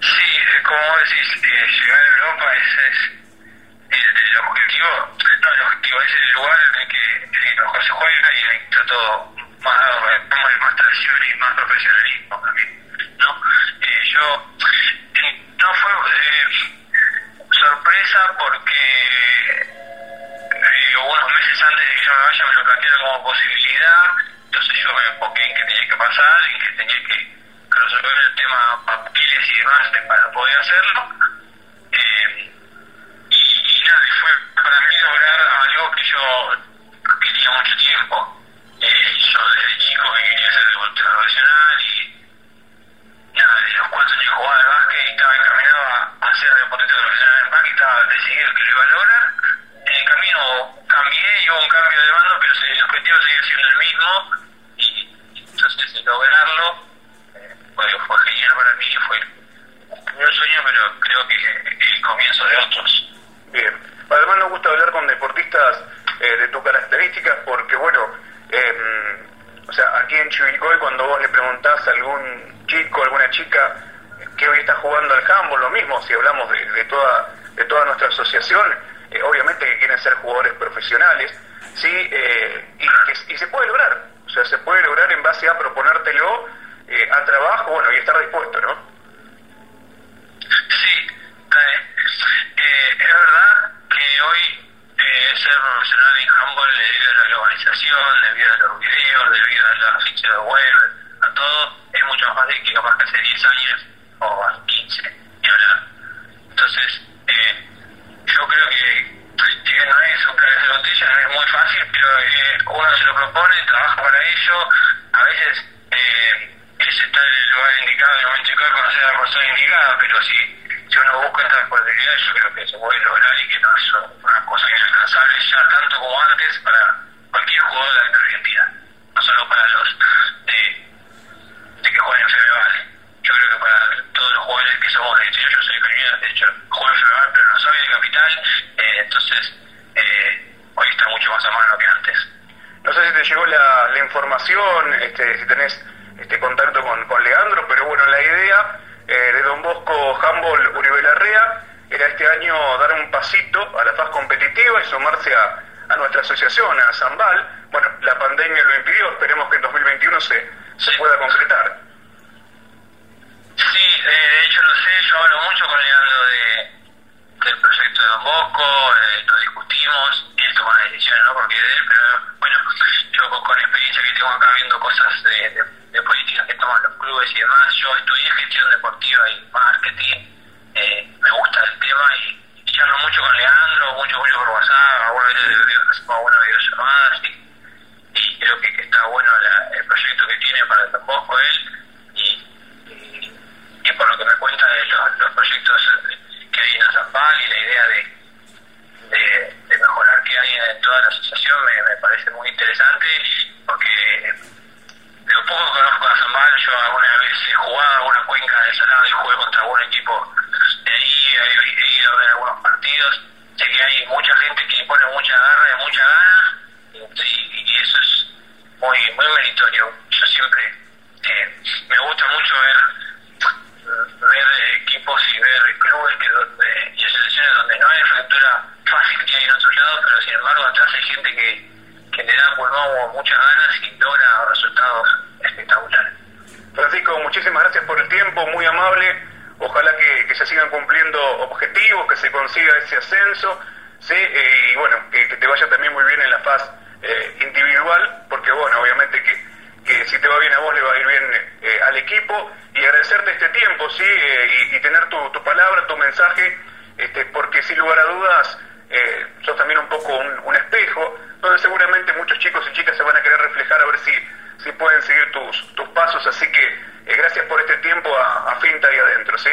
S7: Sí, eh, como vos decís, eh, llegar a Europa es, es el, el objetivo, no el objetivo, es el lugar en el que, en el que mejor se juega y en el que está todo más dado para el fútbol, más tradición y más profesionalismo también, ¿no? Eh, yo, eh, no fue eh, sorpresa porque eh, unos meses antes de que yo me vaya me lo plantearon como posibilidad, entonces yo me enfoqué en que tenía que pasar, en que tenía que resolver el tema papeles y demás de- para poder hacerlo. Eh, y, y nada, y fue para mí lograr algo que yo quería mucho tiempo. Eh, yo desde chico que quería ser deportista profesional y nada, de los cuatro años que jugaba al básquet y estaba encaminado a, a ser deportista profesional en básquet, estaba decidido que lo iba a lograr. En el camino cambié y hubo un cambio de bando, pero el objetivo seguía siendo el mismo y, y entonces lograrlo eh, fue, fue genial para mí, fue un sueño, pero creo que el comienzo de otros.
S6: Bien. Además nos gusta hablar con deportistas eh, de tus características porque, bueno, eh, o sea, aquí en Chivilcoy cuando vos le preguntás a algún chico, alguna chica que hoy está jugando al handball, lo mismo si hablamos de, de toda, de toda nuestra asociación, eh, obviamente que quieren ser jugadores profesionales, ¿sí? Eh, y, que- y se puede lograr, o sea, se puede lograr en base a proponértelo eh, a trabajo, bueno, y estar dispuesto, ¿no?
S7: Sí, eh, eh, es verdad que hoy eh, ser profesional en handball debido a la globalización, debido a los videos, debido a las fichas de web, a todo, es mucho más fácil que capaz que hace 10 años o hace 15, ni hablar. Entonces, eh, yo creo que si bien no es un cabeza de botella, no es muy fácil, pero eh, uno se lo propone, trabaja para ello, a veces eh, es estar en el lugar indicado, en el momento indicado, conocer a la persona indicada, pero si, si uno busca estas posibilidades, yo creo que se puede lograr y que no es una cosa inalcanzable ya tanto como antes para cualquier jugador de la Argentina, no solo para los de de que juegan en Fedeval. Yo creo que para todos los jugadores que somos del exterior, yo soy economista, de hecho, juego en Fedeval, pero no soy de capital, eh, entonces eh, hoy está mucho más a mano que antes.
S6: No sé si te llegó la, la información, este, si tenés este, contacto con, con Leandro, pero bueno, la idea eh, de Don Bosco Humboldt Uribe Larrea era este año dar un pasito a la faz competitiva y sumarse a, a nuestra asociación, a Zambal. Bueno, la pandemia lo impidió, esperemos que en 2021 se, se
S7: Sí.
S6: pueda concretar.
S7: Sí, eh, de hecho lo sé, yo hablo mucho con Leandro de, del proyecto de Don Bosco, eh, lo discutimos, él toma las decisiones, ¿no? Porque es de él, pero bueno, yo con, con la experiencia que tengo acá viendo cosas de, de- de políticas que toman los clubes y demás, yo estudié gestión deportiva y marketing, eh, me gusta el tema y, y charlo mucho con Leandro, mucho, mucho por WhatsApp, algunas veces video- hacemos algunas videollamadas y y creo que, que está bueno la- el proyecto que tiene para el Bosco él y, y- eh, y por lo que me cuenta de los, los proyectos que hay en Azapal y la idea de, toda la asociación me, me parece muy interesante porque eh, de lo poco que conozco a Zambal, yo alguna vez he jugado a una cuenca de Salado y jugué contra algún equipo de ahí, he, he ido a ver algunos partidos, sé que hay mucha gente que pone mucha garra y mucha gana y, y eso es muy, muy meritorio. Yo siempre eh, me gusta mucho ver, ver equipos y ver clubes que donde, y selecciones donde no hay estructura fácil que hay en otros lados, pero sin embargo atrás hay gente que que le da pulmón con muchas ganas y logra resultados espectaculares.
S6: Francisco, muchísimas gracias por el tiempo, muy amable. Ojalá que, que se sigan cumpliendo objetivos, que se consiga ese ascenso, ¿sí? Eh, y bueno, que, que te vaya también muy bien en la faz eh, individual, porque bueno, obviamente que, que si te va bien a vos, le va a ir bien eh, al equipo. Y agradecerte este tiempo, ¿sí? Eh, y, y tener tu, tu palabra, tu mensaje, este, porque sin lugar a dudas eh, sos también un poco un, un espejo, donde seguramente muchos chicos y chicas se van a querer reflejar a ver si, si pueden seguir tus, tus pasos. Así que eh, gracias por este tiempo a, a Finta ahí adentro, ¿sí?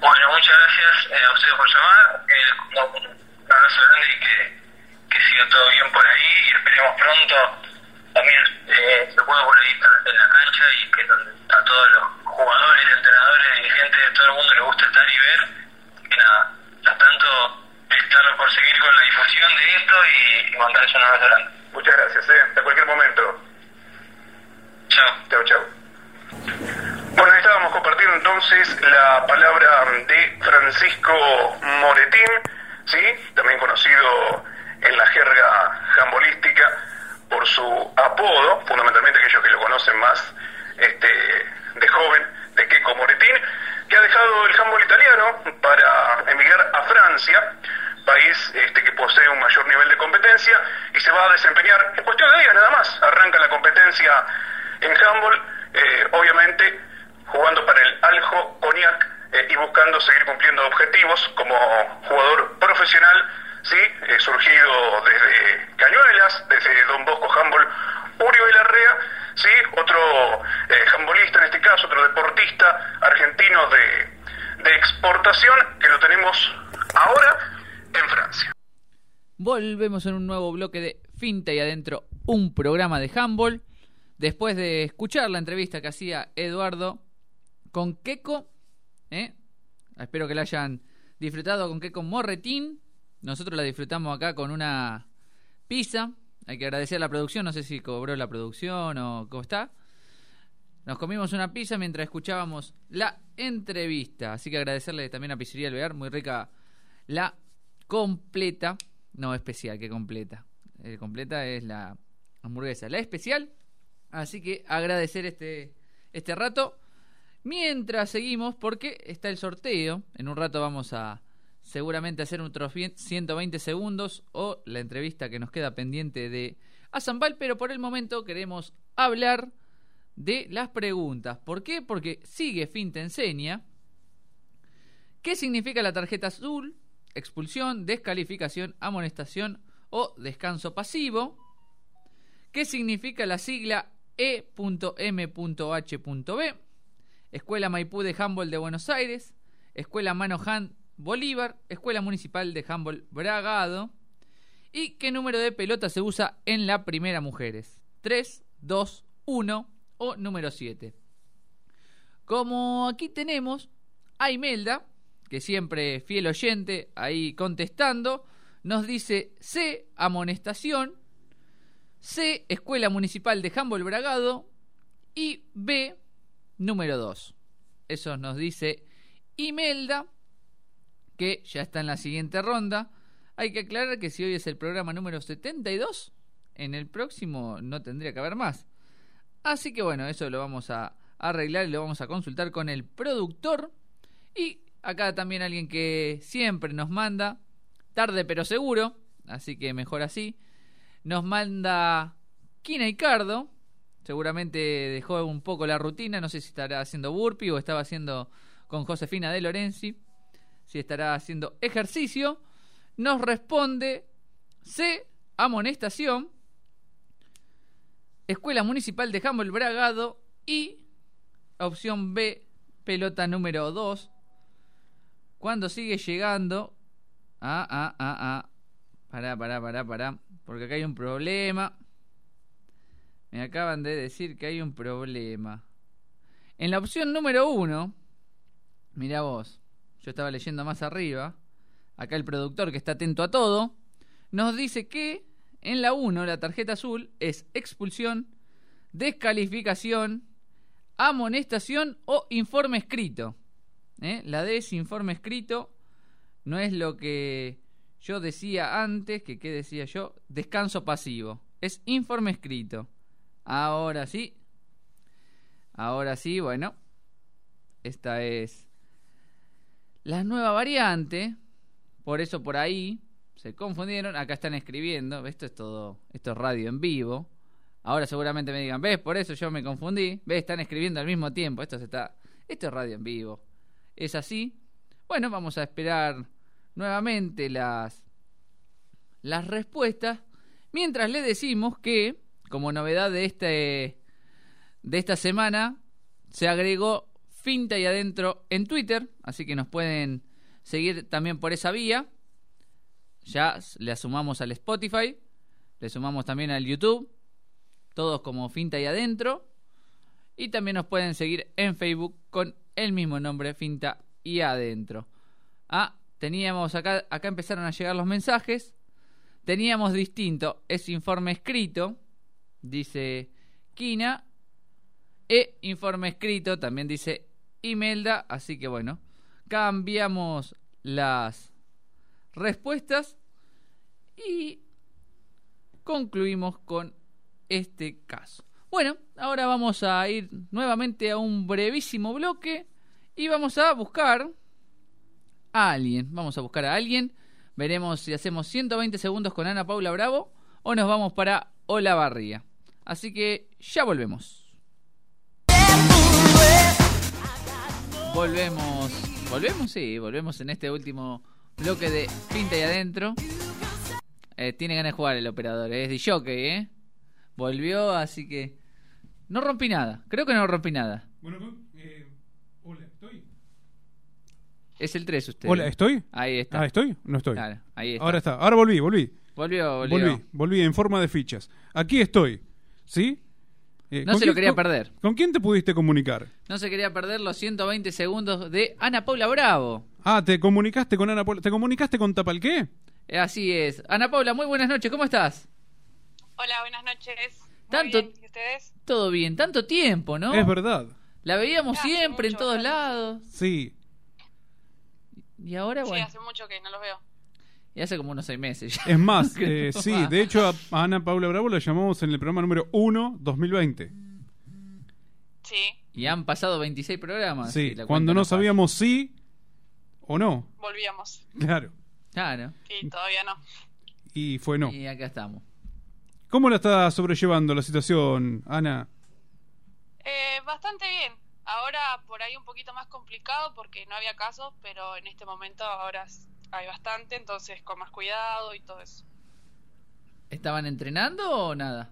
S7: Bueno, muchas gracias eh, a ustedes por llamar. Eh, un un abrazo grande y que, que siga todo bien por ahí. Y esperemos pronto también eh, se pueda por ahí estar en la cancha y que donde a todos los jugadores, entrenadores, dirigentes de todo el mundo les gusta estar y ver. Así Que nada, mientras tanto, estar por seguir con la difusión de esto y, y mandarles un abrazo grande.
S6: Muchas gracias, ¿eh? Hasta cualquier momento.
S7: Chao.
S6: Chau, chau. Bueno, ahí estábamos compartiendo entonces la palabra de Francisco Moretín, ¿sí? también conocido en la jerga jambolística por su apodo, fundamentalmente aquellos que lo conocen más este, de joven, de Keco Moretín, que ha dejado el handball italiano para emigrar a Francia, país este, que posee un mayor nivel de competencia, y se va a desempeñar en cuestión de días nada más. Arranca la competencia en handball, eh, obviamente jugando para el Aljo Cognac eh, y buscando seguir cumpliendo objetivos como jugador profesional, ¿sí? Eh, surgido desde Cañuelas, desde Don Bosco Handball, Uribe Larrea, ¿sí? otro eh, handbolista en este caso, otro deportista argentino de, de exportación que lo tenemos ahora en Francia.
S1: Volvemos en un nuevo bloque de Finta y Adentro, un programa de handball. Después de escuchar la entrevista que hacía Eduardo con Keco, ¿eh? espero que la hayan disfrutado con Keco Morretín. Nosotros la disfrutamos acá con una pizza. Hay que agradecer la producción, no sé si cobró la producción o cómo está. Nos comimos una pizza mientras escuchábamos la entrevista. Así que agradecerle también a Pizzería Alvear, muy rica la completa, no especial, que completa. Eh, completa es la hamburguesa, la especial. Así que agradecer este, este rato. Mientras seguimos, porque está el sorteo. En un rato vamos a seguramente hacer otros 100 120 segundos o la entrevista que nos queda pendiente de Azambal. Pero por el momento queremos hablar de las preguntas. ¿Por qué? Porque sigue Fin te enseña. ¿Qué significa la tarjeta azul? Expulsión, descalificación, amonestación o descanso pasivo. ¿Qué significa la sigla E E.M.H.B? Escuela Maipú de Handball de Buenos Aires, Escuela Manohan Bolívar, Escuela Municipal de Handball Bragado. ¿Y qué número de pelota se usa en la primera mujeres? 3, 2, 1 o número 7. Como aquí tenemos a Imelda, que siempre fiel oyente ahí contestando, nos dice C, amonestación, C, Escuela Municipal de Humboldt Bragado y B, número 2. Eso nos dice Imelda, que ya está en la siguiente ronda. Hay que aclarar que si hoy es el programa número 72, en el próximo no tendría que haber más. Así que bueno, eso lo vamos a arreglar y lo vamos a consultar con el productor. Y acá también alguien que siempre nos manda, tarde pero seguro, así que mejor así, nos manda Kina Icardo. Seguramente dejó un poco la rutina, no sé si estará haciendo burpee o estaba haciendo con Josefina de Lorenzi, si estará haciendo ejercicio. Nos responde C, amonestación, Escuela Municipal de Humboldt Bragado y opción B, pelota número 2. Cuando sigue llegando. Ah, ah, ah, ah. Pará, pará, pará, pará. Porque acá hay un problema. Me acaban de decir que hay un problema. En la opción número uno, mirá vos, yo estaba leyendo más arriba. Acá el productor que está atento a todo, nos dice que en la 1 la tarjeta azul es expulsión, descalificación, amonestación o informe escrito. ¿Eh? La D es informe escrito, no es lo que yo decía antes, que qué decía yo, descanso pasivo, es informe escrito. Ahora sí, ahora sí, bueno, esta es la nueva variante, por eso por ahí se confundieron, acá están escribiendo, esto es todo, esto es radio en vivo. Ahora seguramente me digan, "¿Ves? Por eso yo me confundí." ¿Ves? Están escribiendo al mismo tiempo, esto se está esto es radio en vivo. Es así. Bueno, vamos a esperar nuevamente las las respuestas mientras le decimos que como novedad de este de esta semana se agregó Finta y Adentro en Twitter, así que nos pueden seguir también por esa vía. Ya s- le sumamos al Spotify, le sumamos también al YouTube, todos como Finta y Adentro. Y también nos pueden seguir en Facebook con el mismo nombre, Finta y Adentro. Ah, teníamos acá, acá empezaron a llegar los mensajes. Teníamos distinto, es informe escrito, dice Kina, e informe escrito, también dice Imelda, así que bueno, cambiamos las respuestas y concluimos con este caso. Bueno, ahora vamos a ir nuevamente a un brevísimo bloque y vamos a buscar a alguien. Vamos a buscar a alguien. Veremos si hacemos 120 segundos con Ana Paula Bravo o nos vamos para Olavarría. Así que ya volvemos. Volvemos. Volvemos, sí, volvemos en este último bloque de Pinta y Adentro. Eh, tiene ganas de jugar el operador, eh, es de jockey, ¿eh? Volvió, así que. No rompí nada, creo que no rompí nada.
S3: Bueno, eh, hola, ¿estoy?
S1: Es el 3 usted. eh.
S3: Hola, ¿estoy?
S1: Ahí está.
S3: Ah, ¿estoy? No estoy.
S1: Claro, ahí está.
S3: Ahora está, ahora volví, volví.
S1: Volvió, volvió.
S3: Volví, volví en forma de fichas. Aquí estoy, ¿sí? Eh,
S1: No
S3: ¿con
S1: se lo
S3: quién-
S1: quería
S3: con-
S1: perder.
S3: ¿Con quién te pudiste comunicar?
S1: No se quería perder los 120 segundos de Ana Paula Bravo.
S3: Ah, ¿te comunicaste con Ana Paula? ¿Te comunicaste con Tapalqué?
S1: Eh, Así es. Ana Paula, muy buenas noches, ¿cómo estás?
S8: Hola, buenas noches. Muy
S1: Tanto-
S8: bien, ¿y ustedes?
S1: Todo bien, tanto tiempo, ¿no?
S3: Es verdad.
S1: La veíamos
S8: Ah,
S1: siempre en
S8: mucho,
S1: todos
S8: bastante.
S1: lados.
S3: Sí.
S1: Y ahora,
S8: Sí,
S1: bueno,
S8: hace mucho que no los veo.
S1: y hace como unos seis meses ya.
S3: Es más,
S1: Creo.
S3: eh, sí, de hecho a a Ana Paula Bravo la llamamos en el programa número 1, 2020.
S8: Sí,
S1: Y han pasado 26 programas.
S3: Sí,
S1: y Ah, la cuenta
S3: cuando no
S1: falla.
S3: sabíamos si o no,
S8: volvíamos.
S3: claro.
S1: Claro.
S8: Y todavía no.
S3: Y fue no.
S1: Y acá estamos.
S3: ¿Cómo la está sobrellevando la situación, Ana?
S8: Eh, bastante bien. Ahora por ahí un poquito más complicado porque no había casos, pero en este momento ahora s- hay bastante, entonces con más cuidado y todo eso.
S1: ¿Estaban entrenando o nada?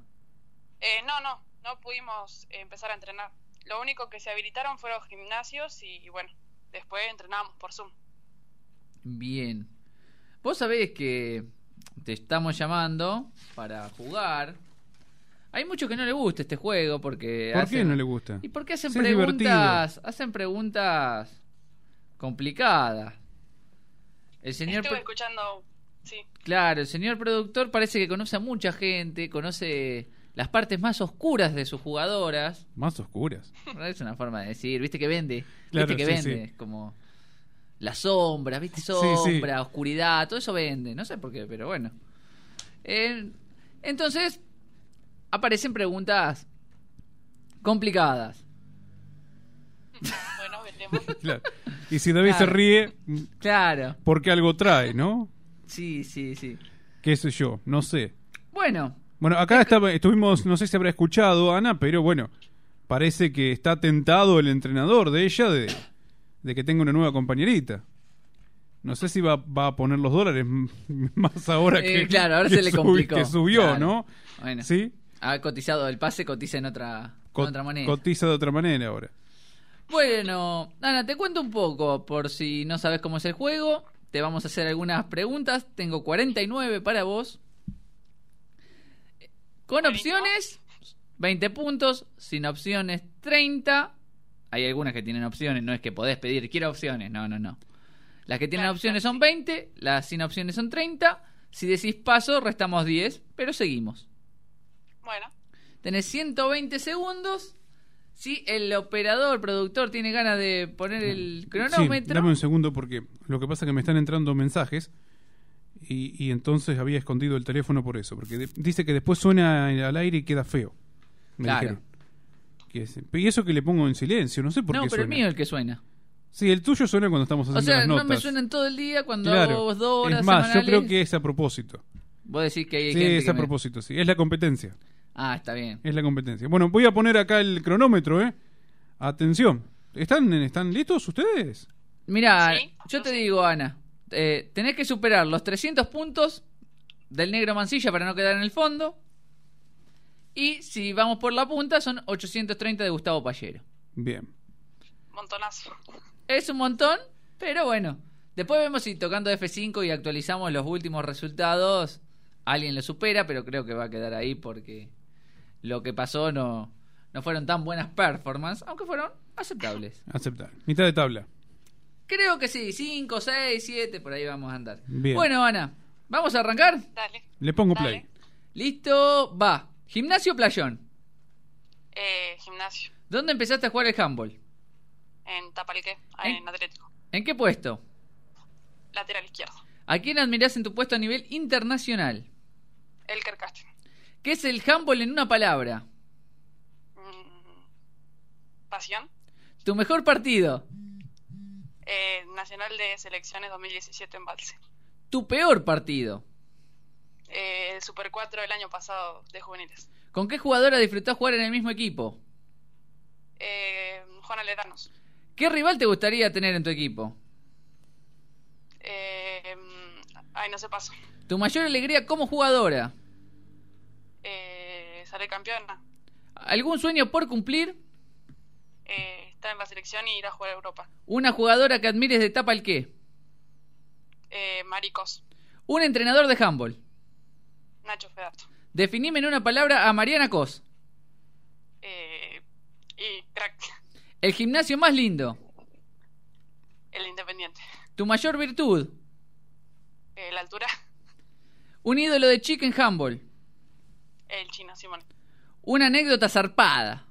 S8: Eh, no, no, no pudimos eh, empezar a entrenar. Lo único que se habilitaron fueron gimnasios y bueno, después entrenábamos por Zoom.
S1: Bien. Vos sabés que te estamos llamando para jugar. Hay muchos que no le gusta este juego porque
S3: ¿Por
S1: hacen-
S3: qué no le gusta?
S1: ¿Y por qué hacen
S3: Sí, es
S1: preguntas? Hacen preguntas complicadas. El señor
S8: Estuve
S1: pro-
S8: escuchando, sí,
S1: Claro, el señor productor parece que conoce a mucha gente, conoce las partes más oscuras de sus jugadoras.
S3: Más oscuras.
S1: Es una forma de decir, viste que vende,
S3: Claro,
S1: viste que
S3: sí,
S1: vende, como las sombras, viste sombra, oscuridad, todo eso vende, no sé por qué, pero bueno. Eh, entonces, aparecen preguntas complicadas.
S8: bueno, veremos.
S3: Claro. Y si David se
S1: Claro.
S3: ríe,
S1: Claro,
S3: porque algo trae, ¿no?
S1: sí, sí, sí.
S3: ¿Qué sé yo? No sé.
S1: Bueno,
S3: Bueno, acá estaba- estuvimos, no sé si habrá escuchado Ana, pero bueno, parece que está tentado el entrenador de ella de, de que tenga una nueva compañerita. No sé si va, va a poner los dólares m- más ahora que,
S1: Eh, claro, ahora
S3: que
S1: se le
S3: subi-
S1: complicó.
S3: que subió,
S1: Claro.
S3: ¿no?
S1: bueno.
S3: Sí,
S1: Ha Ah, cotizado el pase, cotiza en otra, en
S3: Co-
S1: otra moneda.
S3: cotiza de otra manera ahora.
S1: Bueno, Ana, te cuento un poco, por si no sabes cómo es el juego. Te vamos a hacer algunas preguntas. Tengo 49 para vos. Con
S8: Buenísimo.
S1: opciones, 20 puntos. Sin opciones, 30. Hay algunas que tienen opciones, no es que podés pedir, quiero opciones. No, no, no. Las que tienen
S8: Claro,
S1: opciones
S8: claro,
S1: son 20, las sin opciones son 30. Si decís paso, restamos 10, pero seguimos.
S8: Bueno,
S1: Tenés 120 segundos. Si el operador, productor, tiene ganas de poner el
S3: Sí,
S1: cronómetro.
S3: dame un segundo porque lo que pasa es que me están entrando mensajes y, y entonces había escondido el teléfono por eso. Porque de- dice que después suena al aire y queda feo. Me
S1: Claro.
S3: dijeron. Que es- y eso que le pongo en silencio, no sé por
S1: no,
S3: qué
S1: pero el
S3: suena.
S1: mío es el que suena.
S3: Sí, el tuyo suena cuando estamos haciendo
S1: O sea,
S3: las
S1: no
S3: notas.
S1: me suenan todo el día cuando hago
S3: claro.
S1: dos horas
S3: es más,
S1: semanales.
S3: yo creo que es a propósito.
S1: Vos decís que hay
S3: Sí,
S1: gente
S3: es
S1: que
S3: a
S1: me-
S3: propósito, sí. Es la competencia.
S1: Ah, está bien.
S3: Es la competencia. Bueno, voy a poner acá el cronómetro, ¿eh? Atención. ¿Están, están listos ustedes?
S1: Mira,
S8: Sí,
S1: yo
S8: yo
S1: te
S8: sí.
S1: digo, Ana, eh, tenés que superar los 300 puntos del negro mancilla para no quedar en el fondo. Y si vamos por la punta, son 830 de Gustavo Pallero.
S3: Bien.
S8: montonazo.
S1: Es un montón, pero bueno. Después vemos si tocando F5 y actualizamos los últimos resultados, alguien lo supera, pero creo que va a quedar ahí porque lo que pasó no, no fueron tan buenas performances, aunque fueron aceptables.
S3: Aceptar. Mitad de tabla.
S1: Creo que sí, 5, 6, 7, por ahí vamos a andar.
S3: Bien.
S1: Bueno, Ana, ¿vamos a arrancar?
S8: Dale.
S3: Le pongo
S8: Dale.
S3: play.
S1: Listo, va. Gimnasio Playón.
S8: Eh, gimnasio.
S1: ¿Dónde empezaste a jugar el handball?
S8: En Tapalqué,
S1: ¿Eh?
S8: en Atlético.
S1: ¿En qué puesto?
S8: Lateral izquierdo.
S1: ¿A quién admirás en tu puesto a nivel internacional?
S8: El Casting.
S1: ¿Qué es el handball en una palabra?
S8: Pasión.
S1: Tu mejor partido.
S8: Eh, Nacional de Selecciones 2017 en Balse.
S1: Tu peor partido.
S8: Eh, el Super 4 del año pasado de juveniles.
S1: ¿Con qué jugadora disfrutás jugar en el mismo equipo?
S8: Eh, Juan Aleranos.
S1: ¿Qué rival te gustaría tener en tu equipo?
S8: Eh, mm, ay, no se pasó.
S1: ¿Tu mayor alegría como jugadora?
S8: Eh, sale campeona.
S1: ¿Algún sueño por cumplir?
S8: Eh, está en la selección y irá a jugar a Europa.
S1: ¿Una jugadora que admires de tapa al qué?
S8: Eh, Maricos.
S1: ¿Un entrenador de handball?
S8: Nacho Fedato.
S1: Definime en una palabra a Mariana Cos.
S8: Eh, y crack.
S1: El gimnasio más lindo.
S8: El Independiente.
S1: Tu mayor virtud.
S8: Eh, la altura.
S1: Un ídolo de chica en handball.
S8: El chino, Simón.
S1: Una anécdota zarpada.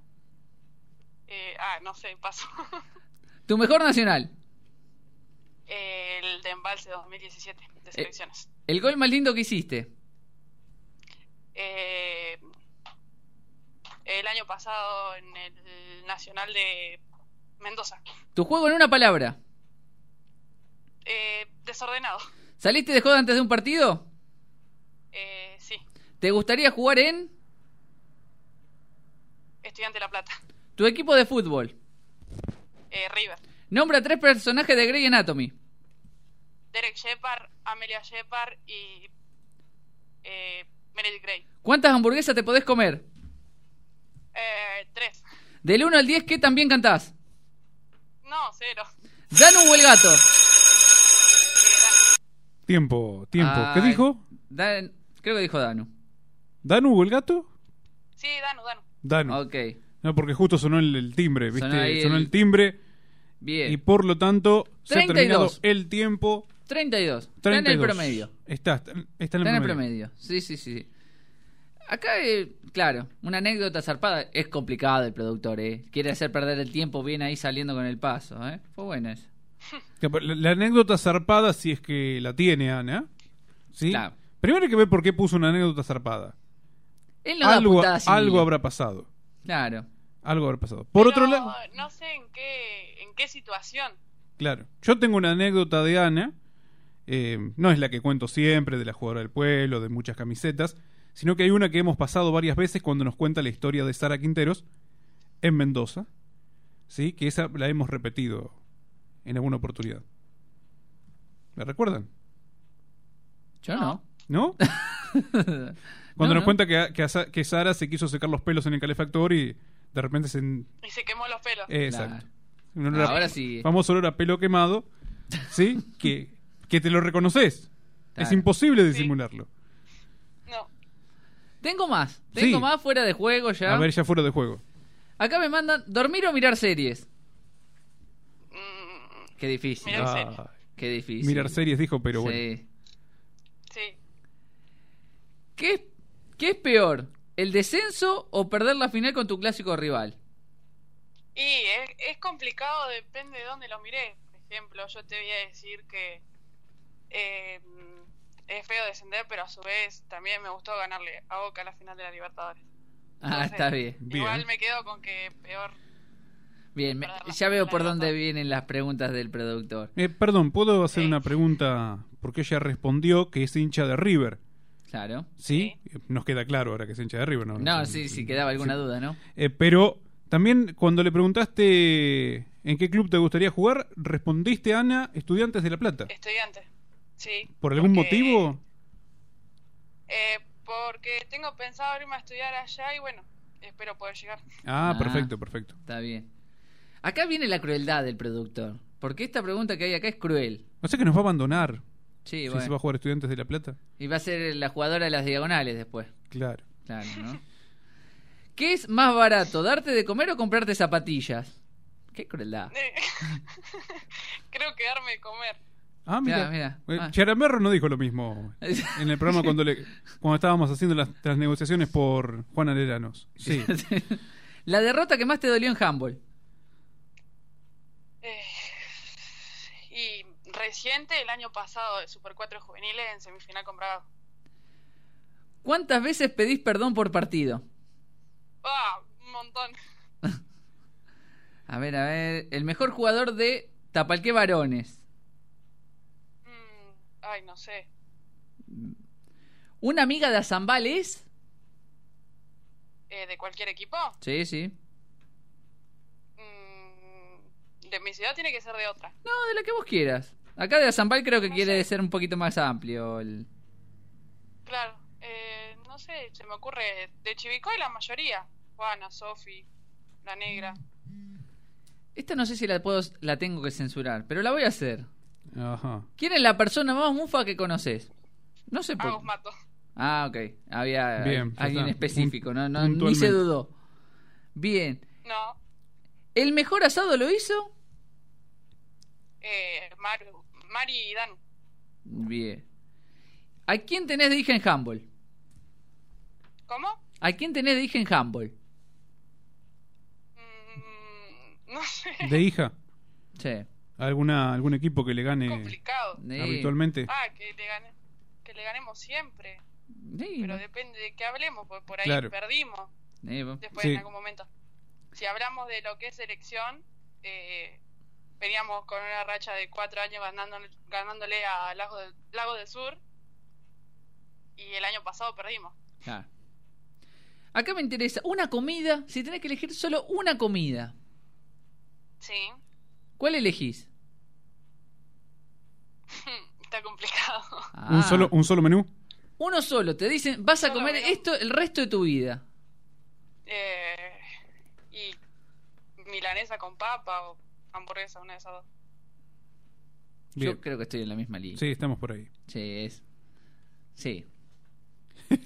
S8: Eh, ah, no sé, paso.
S1: Tu mejor nacional.
S8: Eh, el de Embalse 2017 de selecciones.
S1: El gol más lindo que hiciste.
S8: Eh, el año pasado en el Nacional de Mendoza.
S1: Tu juego en una palabra.
S8: Eh, desordenado.
S1: ¿Saliste de joda antes de un partido?
S8: Eh, sí.
S1: ¿Te gustaría jugar en
S8: Estudiante de La Plata.
S1: tu equipo de fútbol?
S8: Eh, River.
S1: Nombra tres personajes de Grey Anatomy.
S8: Derek Shepard, Amelia Shepard y eh, Meredith Grey.
S1: ¿Cuántas hamburguesas te podés comer?
S8: Eh, tres.
S1: Del 1 al 10, ¿qué también cantás?
S8: No, cero.
S1: Danu o el gato.
S3: Tiempo, tiempo. ¿Qué
S1: Ay,
S3: dijo?
S1: Dan- Creo que dijo Danu.
S3: ¿Danu el gato?
S8: Sí, Danu, Danu.
S3: Danu.
S1: Ok,
S3: No, porque justo sonó el, el timbre, ¿viste?
S1: Sonó
S3: Sonó,
S1: ahí
S3: el...
S1: el-
S3: timbre
S1: bien.
S3: y por lo tanto se ha
S1: 32.
S3: terminado el tiempo.
S1: 32. Está en
S3: 32.
S1: el promedio.
S3: Está, está, está en el
S1: Está en el
S3: promedio.
S1: promedio. Sí, sí, sí. sí. Acá, eh, claro, una anécdota zarpada. Es complicado el productor, ¿eh? Quiere hacer perder el tiempo bien ahí saliendo con el paso, ¿eh? Fue buena esa.
S3: Ya, pero La, la anécdota zarpada, si es que la tiene Ana. ¿Sí?
S1: Claro.
S3: Primero hay que ver por qué puso una anécdota zarpada.
S1: Él no da
S3: algo,
S1: putadas sin
S3: algo
S1: hilo.
S3: habrá pasado.
S1: Claro.
S3: Algo habrá pasado. Por
S8: Pero
S3: otro lado.
S8: No sé en qué, en qué situación.
S3: Claro. Yo tengo una anécdota de Ana. eh, no es la que cuento siempre, de la jugadora del pueblo, de muchas camisetas, sino que hay una que hemos pasado varias veces cuando nos cuenta la historia de Sara Quinteros en Mendoza. ¿Sí? Que esa la hemos repetido en alguna oportunidad. ¿La recuerdan?
S1: Yo no.
S3: ¿No?
S1: Cuando
S3: Cuando nos cuenta que, a- que a Sa- que Sara se quiso secar los pelos en el calefactor y de repente se. en-
S8: Y se quemó los pelos.
S3: eh, Exacto. Un olor a-
S1: Ah, Ahora sí.
S3: famoso olor a pelo quemado, ¿sí? que que te lo reconoces. Es
S1: Claro.
S3: imposible
S8: Sí.
S3: disimularlo.
S8: No.
S1: Tengo más. Tengo
S3: Sí.
S1: más fuera de juego ya.
S3: A ver, ya fuera de juego.
S1: Acá me mandan dormir o mirar series.
S8: Mm,
S1: Qué difícil.
S8: Mirar
S1: ¿no?
S8: series.
S3: Ah,
S1: Qué difícil.
S3: mirar series dijo, pero bueno.
S1: Sí.
S8: sí.
S1: ¿Qué, es- ¿Qué es peor? ¿El descenso o perder la final con tu clásico rival?
S8: Y es, es complicado, depende de dónde lo miré. Por ejemplo, yo te voy a decir que eh, es feo descender, pero a su vez también me gustó ganarle a Boca la final de la Libertadores.
S1: Ah,
S8: Sí.
S1: está bien.
S3: Bien.
S8: Igual me quedo con que peor.
S1: Bien, me-
S8: Perder la
S1: ya veo
S8: final,
S1: por
S8: no
S1: dónde
S8: todo.
S1: vienen las preguntas del productor.
S3: Eh, perdón, ¿puedo hacer
S8: Sí.
S3: una pregunta? Porque ella respondió que es hincha de River.
S1: Claro.
S3: ¿Sí? Eh, Nos queda claro ahora que es hincha de River, ¿no?
S1: No, sí, sí, quedaba alguna
S3: Sí.
S1: duda, ¿no?
S3: Eh, pero también cuando le preguntaste en qué club te gustaría jugar, respondiste, Ana, Estudiantes de La Plata.
S8: Estudiante. Sí.
S3: ¿Por algún
S8: porque-
S3: motivo?
S8: Eh, porque tengo pensado irme a estudiar allá y bueno, espero poder llegar.
S3: Ah,
S1: Ah.
S3: perfecto, perfecto.
S1: Está bien. Acá viene la crueldad del productor. Porque esta pregunta que hay acá es cruel.
S3: No sé que nos va a abandonar
S1: Sí,
S3: si
S1: bueno.
S3: se va a jugar Estudiantes de La Plata.
S1: Y va a ser la jugadora de las diagonales después.
S3: Claro.
S1: Claro, ¿no? ¿Qué es más barato, darte de comer o comprarte zapatillas? Qué crueldad.
S8: Creo que darme de comer.
S3: Ah,
S1: Claro,
S3: mira.
S1: mira.
S3: Eh,
S1: Ah.
S3: Charamerro no dijo lo mismo en el programa cuando le, cuando estábamos haciendo las, las negociaciones por Juan Aleranos. Sí.
S1: La derrota que más te dolió en handball.
S8: Eh, y reciente, el año pasado, de Super 4 Juveniles en semifinal con Bragado.
S1: ¿Cuántas veces pedís perdón por partido?
S8: ¡Ah! Un montón.
S1: A ver, a ver. El mejor jugador de Tapalqué Varones.
S8: Mm, ay, no sé.
S1: ¿Una amiga de Azambal es?
S8: Eh, ¿De cualquier equipo?
S1: Sí, sí.
S8: Mm, de mi ciudad tiene que ser de otra.
S1: No, de la que vos quieras. Acá de Azambal creo que
S8: No
S1: quiere
S8: sé.
S1: ser un poquito más amplio. el-
S8: Claro. eh, no sé, se me ocurre. De Chivicoy la mayoría. Juana, Sofi, La Negra.
S1: Esta no sé si la puedo, la tengo que censurar, pero la voy a hacer.
S3: Ajá.
S1: ¿Quién es la persona más mufa que conoces? No sé por
S8: Agus Mato.
S1: Ah, ok. Había
S3: Bien, ya
S1: alguien
S3: está.
S1: específico, no, no,
S3: Puntualmente.
S1: ni se dudó. Bien.
S8: No.
S1: ¿El mejor asado lo hizo?
S8: Eh, Maru- Mari y Dan.
S1: Bien. ¿A quién tenés de hija en handball?
S8: ¿Cómo?
S1: ¿A quién tenés de hija en handball?
S8: Mm, no sé.
S3: ¿De hija?
S1: Sí.
S3: ¿Alguna, ¿Algún equipo que le gane
S8: Complicado.
S1: Sí.
S3: habitualmente?
S8: Ah, que le, gane, que le ganemos siempre.
S1: Sí,
S8: Pero
S1: no-
S8: depende de qué hablemos, porque por ahí
S3: Claro.
S8: perdimos
S1: sí, vos-
S8: después
S3: Sí.
S8: en algún momento. Si hablamos de lo que es selección, eh, veníamos con una racha de cuatro años ganándole, ganándole a Lago del, Lago del Sur y el año pasado perdimos.
S1: Claro. Acá me interesa una comida. Si tenés que elegir solo una comida,
S8: Sí,
S1: ¿cuál elegís?
S8: está complicado.
S1: Ah,
S3: ¿Un, solo, ¿Un solo menú?
S1: Uno solo. Te dicen, vas a
S8: Solo
S1: comer
S8: menú.
S1: esto el resto de tu vida.
S8: Eh, y milanesa con papa o hamburguesa, una de esas dos.
S3: Bien.
S1: Yo creo que estoy en la misma línea.
S3: Sí, estamos por ahí.
S1: Sí, es. Sí.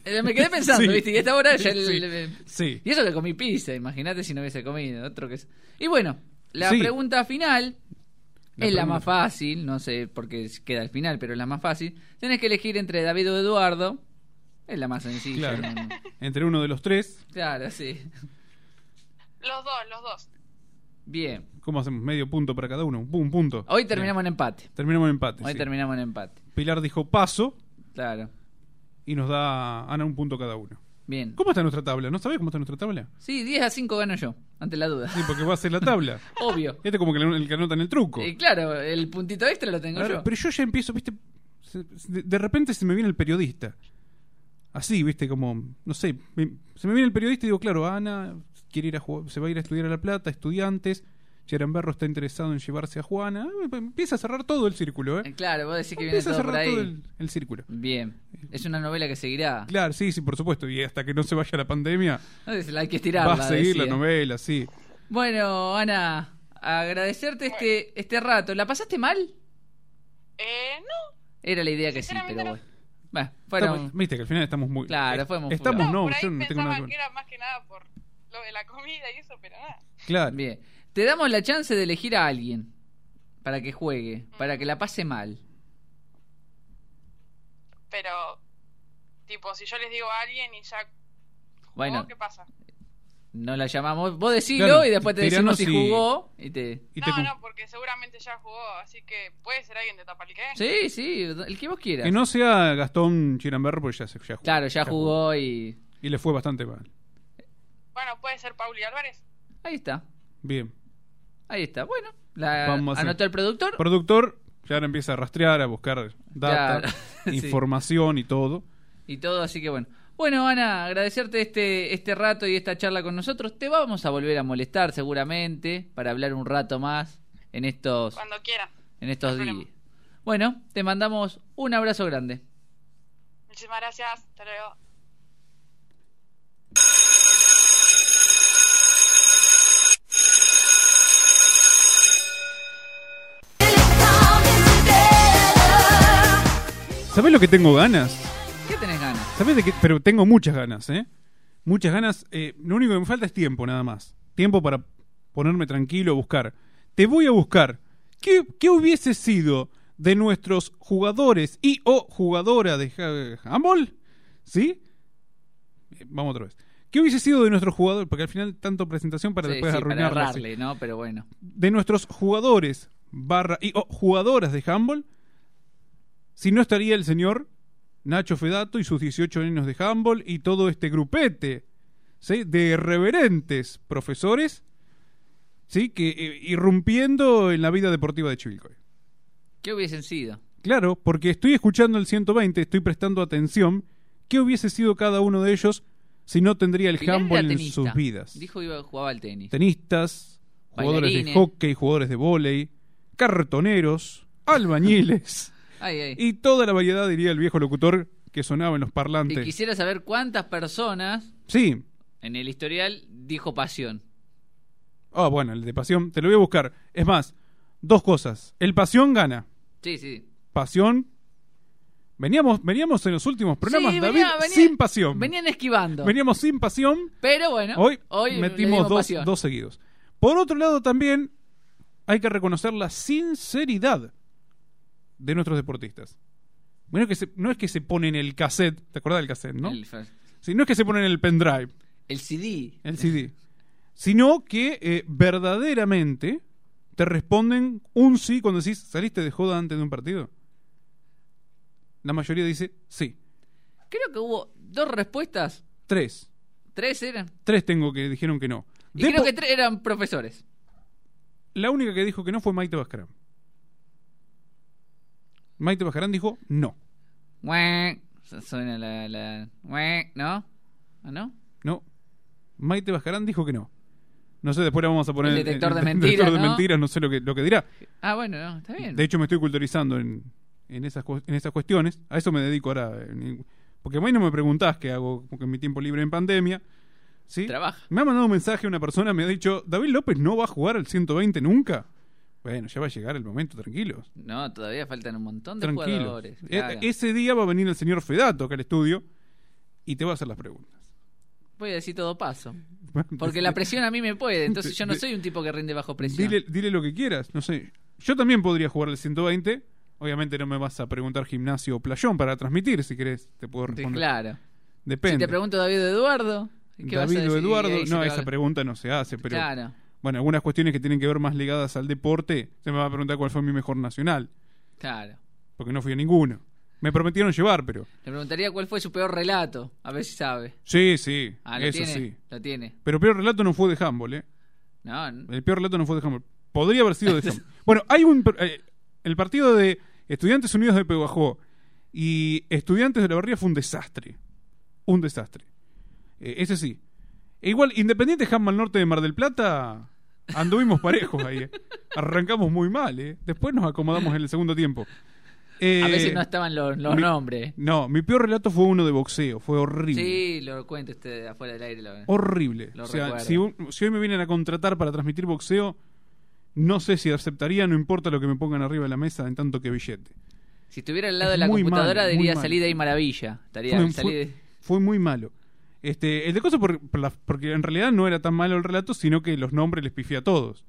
S1: Eh, Me quedé pensando,
S3: Sí.
S1: ¿viste? Y a esta hora ya. el-
S3: Sí.
S1: el-
S3: Sí.
S1: Y eso que comí pizza, imagínate si no hubiese comido. Otro que... es- Y bueno, la
S3: Sí.
S1: pregunta final
S3: La
S1: es la
S3: pregunta.
S1: más fácil, no sé por qué queda al final, pero es la más fácil. Tenés que elegir entre David o Eduardo. Es la más sencilla.
S3: Claro.
S1: ¿no?
S3: Entre uno de los tres,
S1: Claro, sí.
S8: Los dos, los dos.
S1: Bien.
S3: ¿cómo hacemos? Medio punto para cada uno. Un punto.
S1: Hoy terminamos en empate.
S3: Bien. Terminamos en empate.
S1: Hoy
S3: sí.
S1: terminamos en empate.
S3: Pilar dijo paso
S1: Claro.
S3: y nos da Ana un punto cada uno.
S1: Bien.
S3: ¿Cómo está nuestra tabla? ¿No sabés cómo está nuestra tabla?
S1: Sí, 10 a 5 gano yo, ante la duda.
S3: Sí, porque va a ser la tabla.
S1: Obvio.
S3: Este es como que el el que anota en el truco.
S1: Eh, claro, el puntito extra lo tengo
S3: Ahora,
S1: yo.
S3: Pero yo ya empiezo, viste, se- se- de, de repente se me viene el periodista. Así, viste, como, no sé, me- se me viene el periodista y digo, claro, Ana quiere ir a ju- se va a ir a estudiar a La Plata, estudiantes, Berro está interesado en llevarse a Juana, eh, empieza a cerrar todo el círculo,
S1: Eh,
S3: ¿eh?
S1: Claro, vos decís que viene
S3: Empieza a
S1: todo por
S3: cerrar
S1: ahí.
S3: todo el, el círculo.
S1: Bien. Es una novela que seguirá.
S3: Claro, sí, sí, por supuesto, y hasta que no se vaya la pandemia,
S1: No sé, la hay que estirarla.
S3: va a seguir la
S1: decía.
S3: novela, sí.
S1: Bueno, Ana, agradecerte este, este rato. ¿La pasaste mal?
S8: Eh, no,
S1: Era la idea que sí,
S8: Sinceramente
S1: pero
S8: no.
S1: bueno. Bueno,
S3: Estamos-
S1: fueron...
S3: Viste que al final estamos muy. eh,
S1: Claro, fuimos muy
S3: Estamos,
S1: locos.
S3: Oh, no,
S8: por ahí
S3: yo no tengo nada
S8: pensaba
S3: que ver.
S8: que era más que nada por lo de la comida y eso, pero nada.
S3: Claro.
S1: Bien. Te damos la chance de elegir a alguien para que juegue, para que la pase mal.
S8: Pero, tipo, si yo les digo a alguien y ya. jugó,
S1: Bueno.
S8: ¿Qué pasa?
S1: No la llamamos. Vos decilo
S3: Claro,
S1: y después te
S3: tiranos
S1: decimos si
S3: y-
S1: jugó. Y te...
S3: Y te
S8: no,
S3: con-
S8: no, porque seguramente ya jugó, así que puede ser alguien de Tapaliqué.
S1: Sí, sí, el que vos quieras.
S3: Que no sea Gastón Chiramber porque ya, se, ya jugó.
S1: Claro, ya jugó y.
S3: Y le fue bastante mal.
S8: Bueno, puede ser Pauli Álvarez.
S1: Ahí está.
S3: Bien.
S1: Ahí está. Bueno, la
S3: Vamos a hacer-
S1: anotó el productor.
S3: Productor ya ahora empieza a rastrear, a buscar data,
S1: Claro, sí.
S3: información y todo.
S1: y todo, así que bueno. Bueno, Ana, agradecerte este, este rato y esta charla con nosotros. Te vamos a volver a molestar seguramente para hablar un rato más en estos,
S8: Cuando quiera.
S1: en estos
S8: no hay
S1: días. Bueno, te mandamos un abrazo grande.
S8: Muchísimas gracias. Hasta luego.
S3: ¿Sabés lo que tengo ganas?
S1: ¿Qué tenés ganas?
S3: ¿Sabés de qué? Pero tengo muchas ganas, ¿eh? Muchas ganas. eh, lo único que me falta es tiempo, nada más. Tiempo para ponerme tranquilo, buscar. Te voy a buscar. ¿Qué, qué hubiese sido de nuestros jugadores y o jugadora de ha- handball? ¿Sí? Eh, Vamos otra vez. ¿Qué hubiese sido de nuestros jugadores? Porque al final tanto presentación para
S1: Sí,
S3: después
S1: sí, para
S3: arruinarla, sí.
S1: errarle, ¿no? Pero bueno.
S3: de nuestros jugadores barra y o jugadoras de handball si no estaría el señor Nacho Fedato y sus 18 años de handball y todo este grupete ¿sí? de reverentes profesores ¿sí? que eh, irrumpiendo en la vida deportiva de Chivilcoy.
S1: ¿Qué hubiesen sido?
S3: Claro, porque estoy escuchando el 120, estoy prestando atención. ¿Qué hubiese sido cada uno de ellos si no tendría el
S1: Pinal era
S3: handball en
S1: tenista.
S3: sus vidas?
S1: Dijo que iba- jugaba al tenis.
S3: tenistas, jugadores
S1: Bailarines.
S3: de hockey, jugadores de vóley, cartoneros, albañiles
S1: Ay, ay.
S3: y toda la variedad, diría el viejo locutor que sonaba en los
S1: Y
S3: parlantes.
S1: quisiera saber cuántas personas
S3: Sí.
S1: en el historial dijo pasión.
S3: Ah, bueno, el de pasión, te lo voy a buscar. Es más, dos cosas. El pasión gana.
S1: Sí, sí.
S3: Pasión. Veníamos, veníamos en los últimos programas,
S1: Sí,
S3: David,
S1: venía- venía-
S3: sin pasión.
S1: Venían esquivando.
S3: Veníamos sin pasión.
S1: Pero bueno,
S3: Hoy,
S1: hoy le
S3: metimos
S1: dimos
S3: dos,
S1: pasión.
S3: dos seguidos. Por otro lado, también hay que reconocer la sinceridad de nuestros deportistas. Bueno, que se- no es que se ponen el cassette, ¿te acordás del cassette, no?
S1: El,
S3: Sí, no es que se ponen el pendrive,
S1: el CD.
S3: el CD, sino que eh, verdaderamente te responden un sí cuando decís, ¿saliste de joda antes de un partido? La mayoría dice sí.
S1: Creo que hubo dos respuestas.
S3: Tres.
S1: Tres eran.
S3: Tres tengo que dijeron que no.
S1: Y
S3: De
S1: creo
S3: po-
S1: que tres eran profesores.
S3: La única que dijo que no fue Maite Bascarán. Maite Bascarán dijo no.
S1: Mueh. Su- Suena la... la... mueh, ¿No? ¿Ah, no?
S3: No. Maite Bascarán dijo que no. No sé, después le vamos a poner
S1: El detector de
S3: detector
S1: mentiras,
S3: de
S1: ¿no?
S3: mentiras, no sé lo que, lo que dirá.
S1: Ah, bueno, no, está bien.
S3: De hecho, me estoy culturizando en, en, esas, cu- en esas cuestiones. A eso me dedico ahora. en- Porque a mí no me preguntás qué hago porque en mi tiempo libre en pandemia. ¿sí?
S1: Trabaja.
S3: Me ha mandado un mensaje una persona, me ha dicho, David López no va a jugar al 120 nunca. Bueno, ya va a llegar el momento, tranquilos.
S1: No, todavía faltan un montón de
S3: Tranquilo.
S1: jugadores.
S3: E-
S1: Claro.
S3: ese día va a venir el señor Fedato acá al estudio y te va a hacer las preguntas.
S1: Voy a decir todo paso. Porque la presión a mí me puede. Entonces yo no
S3: De-
S1: soy un tipo que rinde bajo presión.
S3: dile, dile lo que quieras, no sé. Yo también podría jugar el 120. Obviamente no me vas a preguntar gimnasio o playón para transmitir, si querés, te puedo
S1: Sí,
S3: responder.
S1: claro.
S3: Depende.
S1: Si te pregunto David o Eduardo... ¿qué vas a
S3: David o
S1: decir? Y
S3: Eduardo,
S1: ahí se
S3: no,
S1: te va-
S3: esa pregunta no se hace, pero
S1: Claro.
S3: bueno, algunas cuestiones que tienen que ver más ligadas al deporte, se me va a preguntar cuál fue mi mejor nacional,
S1: Claro.
S3: porque no fui a ninguno. Me prometieron llevar, pero
S1: Le preguntaría cuál fue su peor relato. A ver si sabe.
S3: sí, sí,
S1: Ah, lo
S3: eso
S1: tiene.
S3: sí.
S1: Lo tiene.
S3: Pero peor relato no fue de handball, ¿eh?
S1: No, n-
S3: El peor relato no fue de Humboldt. Podría haber sido de Humboldt. Bueno, hay un. per- eh, el partido de Estudiantes Unidos de Peguajó y Estudiantes de la Barría fue un desastre. Un desastre. Eh, ese sí. E igual, Independiente Hammal Norte de Mar del Plata, anduvimos parejos ahí. eh. Arrancamos muy mal, ¿eh? Después nos acomodamos en el segundo tiempo. Eh,
S1: a veces no estaban los, los
S3: mi-
S1: nombres.
S3: No, mi peor relato fue uno de boxeo. Fue horrible. Oh,
S1: Sí, lo cuenta usted afuera del aire. Lo...
S3: Horrible.
S1: Lo
S3: o sea,
S1: recuerdo.
S3: si, un- si hoy me vienen a contratar para transmitir boxeo, no sé si aceptaría, no importa lo que me pongan arriba de la mesa en tanto que billete.
S1: Si estuviera al lado
S3: Es
S1: de la
S3: muy
S1: computadora,
S3: malo, muy
S1: diría
S3: malo.
S1: salir de ahí maravilla. Estaría
S3: Fue,
S1: salí
S3: fue-
S1: de-
S3: fue muy malo. Este, el de Coso, por- por la- porque en realidad no era tan malo el relato, sino que los nombres les pifié a todos.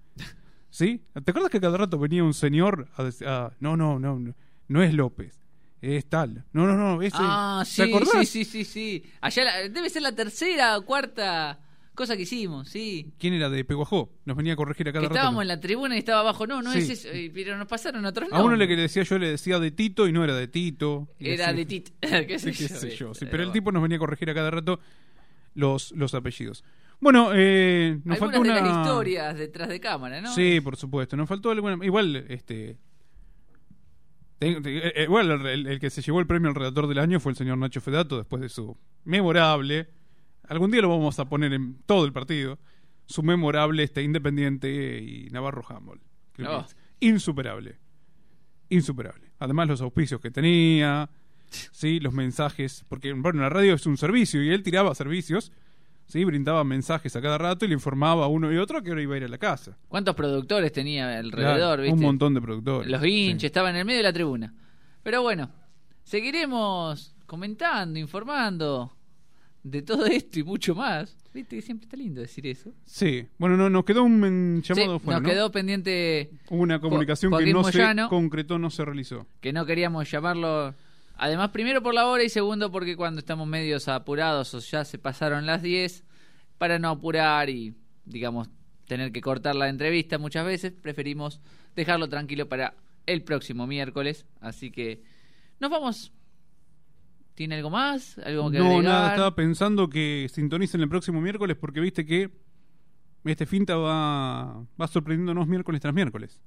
S3: ¿Sí? ¿Te acuerdas que cada rato venía un señor a decir, ah, no, no, no, no, no es López, es tal. No, no, no, ese.
S1: Ah, sí,
S3: ¿Te acordás?
S1: sí, sí, sí, sí. Allá la- debe ser la tercera o cuarta cosa que hicimos, sí.
S3: ¿Quién era de Peguajó? Nos venía a corregir a
S1: Que
S3: cada rato.
S1: estábamos en la tribuna y estaba abajo, no, no
S3: Sí.
S1: es eso. Y- Pero nos pasaron otros
S3: A uno
S1: nombres.
S3: le que le decía yo le decía de Tito y no era de Tito. Y
S1: Era
S3: así.
S1: de Tit. ¿Qué sé
S3: Sí, qué
S1: yo?
S3: sé yo.
S1: ¿viste?
S3: Sí, pero el
S1: bueno.
S3: tipo nos venía a corregir a cada rato los, los apellidos. Bueno, eh, nos
S1: Algunas
S3: faltó una.
S1: de las historias detrás de cámara, ¿no?
S3: Sí, por supuesto. Nos faltó alguna. Igual, este. ten- ten- eh, eh, bueno, el, el que se llevó el premio al redactor del año fue el señor Nacho Fedato después de su memorable. Algún día lo vamos a poner en todo el partido. Su memorable este, Independiente y Navarro Humboldt. Creo que
S1: Oh.
S3: es insuperable. Insuperable. Además, los auspicios que tenía. Sí, los mensajes. Porque, bueno, la radio es un servicio y él tiraba servicios. Sí, brindaba mensajes a cada rato y le informaba a uno y otro que ahora iba a ir a la casa.
S1: ¿Cuántos productores tenía
S3: Claro,
S1: alrededor, viste?
S3: Un montón de productores.
S1: Los hinches estaban en el medio de la tribuna. Pero bueno, seguiremos comentando, informando de todo esto y mucho más. Viste que siempre está lindo decir eso.
S3: Sí. Sí. Bueno, no, nos quedó un mm, llamado
S1: Sí,
S3: fuera,
S1: nos
S3: ¿no?
S1: quedó pendiente
S3: Hubo una comunicación
S1: Jo-
S3: que
S1: Joaquín
S3: no
S1: Moyano.
S3: se concretó, no se realizó.
S1: que no queríamos llamarlo. Además, primero por la hora y segundo porque cuando estamos medios apurados o ya se pasaron las 10, para no apurar y, digamos, tener que cortar la entrevista muchas veces, preferimos dejarlo tranquilo para el próximo miércoles. Así que nos vamos. ¿Tiene algo más? ¿Algo que
S3: no,
S1: agregar?
S3: nada, estaba pensando que sintonicen el próximo miércoles porque viste que este finta va, va sorprendiéndonos miércoles tras miércoles.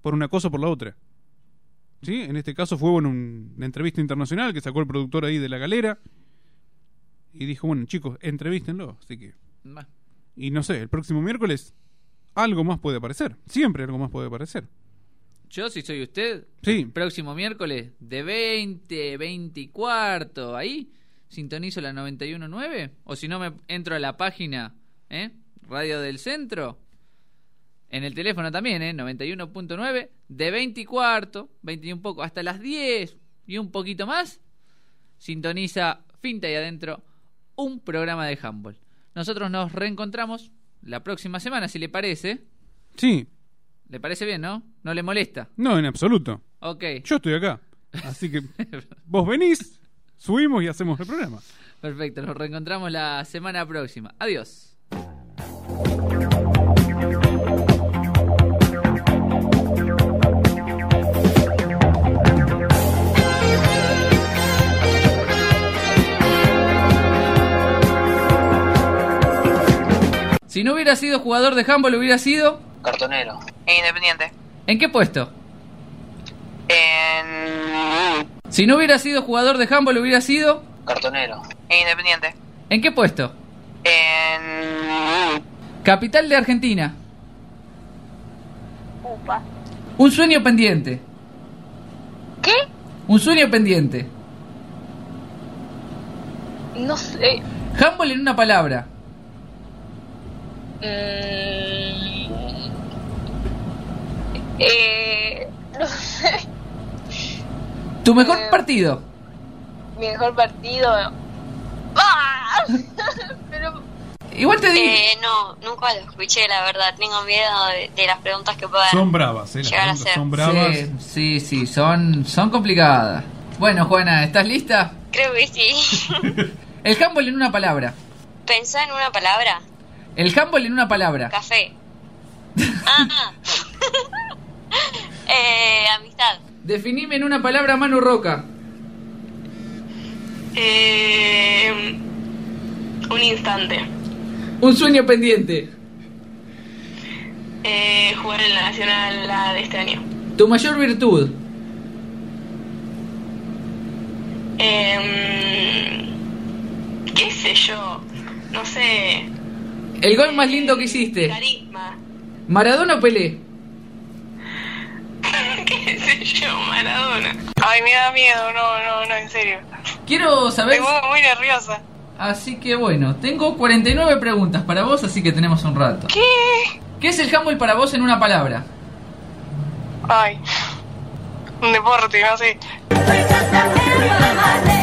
S3: Por una cosa o por la otra. ¿Sí? En este caso fue bueno, un- una entrevista internacional que sacó el productor ahí de la galera. Y dijo, bueno, chicos, entrevístenlo. Así que.
S1: Bah,
S3: Y no sé, el próximo miércoles algo más puede aparecer. Siempre algo más puede aparecer.
S1: Yo, si soy usted,
S3: Sí,
S1: próximo miércoles de 20, 20 y cuarto, ahí sintonizo la 91.9 o si no me entro a la página ¿eh? Radio del Centro en el teléfono también, ¿eh? 91.9 de 20 y cuarto, 20 y un poco hasta las 10 y un poquito más sintoniza Finta y Adentro un programa de handball. Nosotros nos reencontramos la próxima semana si le parece.
S3: sí.
S1: ¿Le parece bien, no? No le molesta.
S3: No, en absoluto.
S1: Ok.
S3: Yo estoy acá. Así que vos venís, subimos y hacemos el programa.
S1: Perfecto, nos reencontramos la semana próxima. Adiós. Si no hubiera sido jugador de handball, hubiera sido.
S9: Cartonero.
S8: E Independiente.
S1: ¿En qué puesto?
S8: En...
S1: Si no hubiera sido jugador de handball, hubiera sido.
S9: Cartonero.
S8: E Independiente.
S1: ¿En qué puesto?
S8: En...
S1: Capital de Argentina.
S5: Upa.
S1: Un sueño pendiente.
S10: ¿Qué?
S1: Un sueño pendiente.
S10: No sé.
S1: Humble en una palabra.
S10: Mm. Eh, no sé.
S1: Tu mejor
S10: Eh.
S1: partido.
S10: Mi mejor partido. ¡Ah! Pero.
S1: Igual te digo.
S2: Eh, no, nunca lo escuché, la verdad. Tengo miedo de, de las preguntas que puedan.
S3: Son bravas, eh. Las
S2: Llegar a
S3: preguntas
S2: ser.
S3: son bravas.
S1: Sí, sí, sí, son, son complicadas. Bueno, Juana, ¿estás lista?
S2: Creo que sí.
S1: El handball en una palabra.
S2: Pensá en una palabra.
S1: El handball en una palabra.
S2: Café. Ah. eh, amistad.
S1: Definime en una palabra Manu Roca.
S5: Eh, un instante.
S1: Un sueño pendiente.
S5: Eh, jugar en la Nacional la de este año.
S1: Tu mayor virtud.
S5: Eh, ¿Qué sé yo? No sé.
S1: El gol más lindo que hiciste.
S5: Carisma.
S1: Maradona o Pelé.
S5: ¿Qué sé yo? Maradona.
S8: Ay, me da miedo, no, no, no, en serio.
S1: Quiero saber.
S8: Me pongo muy nerviosa.
S1: Así que bueno, tengo 49 preguntas para vos, así que tenemos un rato.
S8: ¿Qué?
S1: ¿Qué es el handball para vos en una palabra?
S8: Ay. un deporte, no sé.
S4: Every touch I feel, you're my name.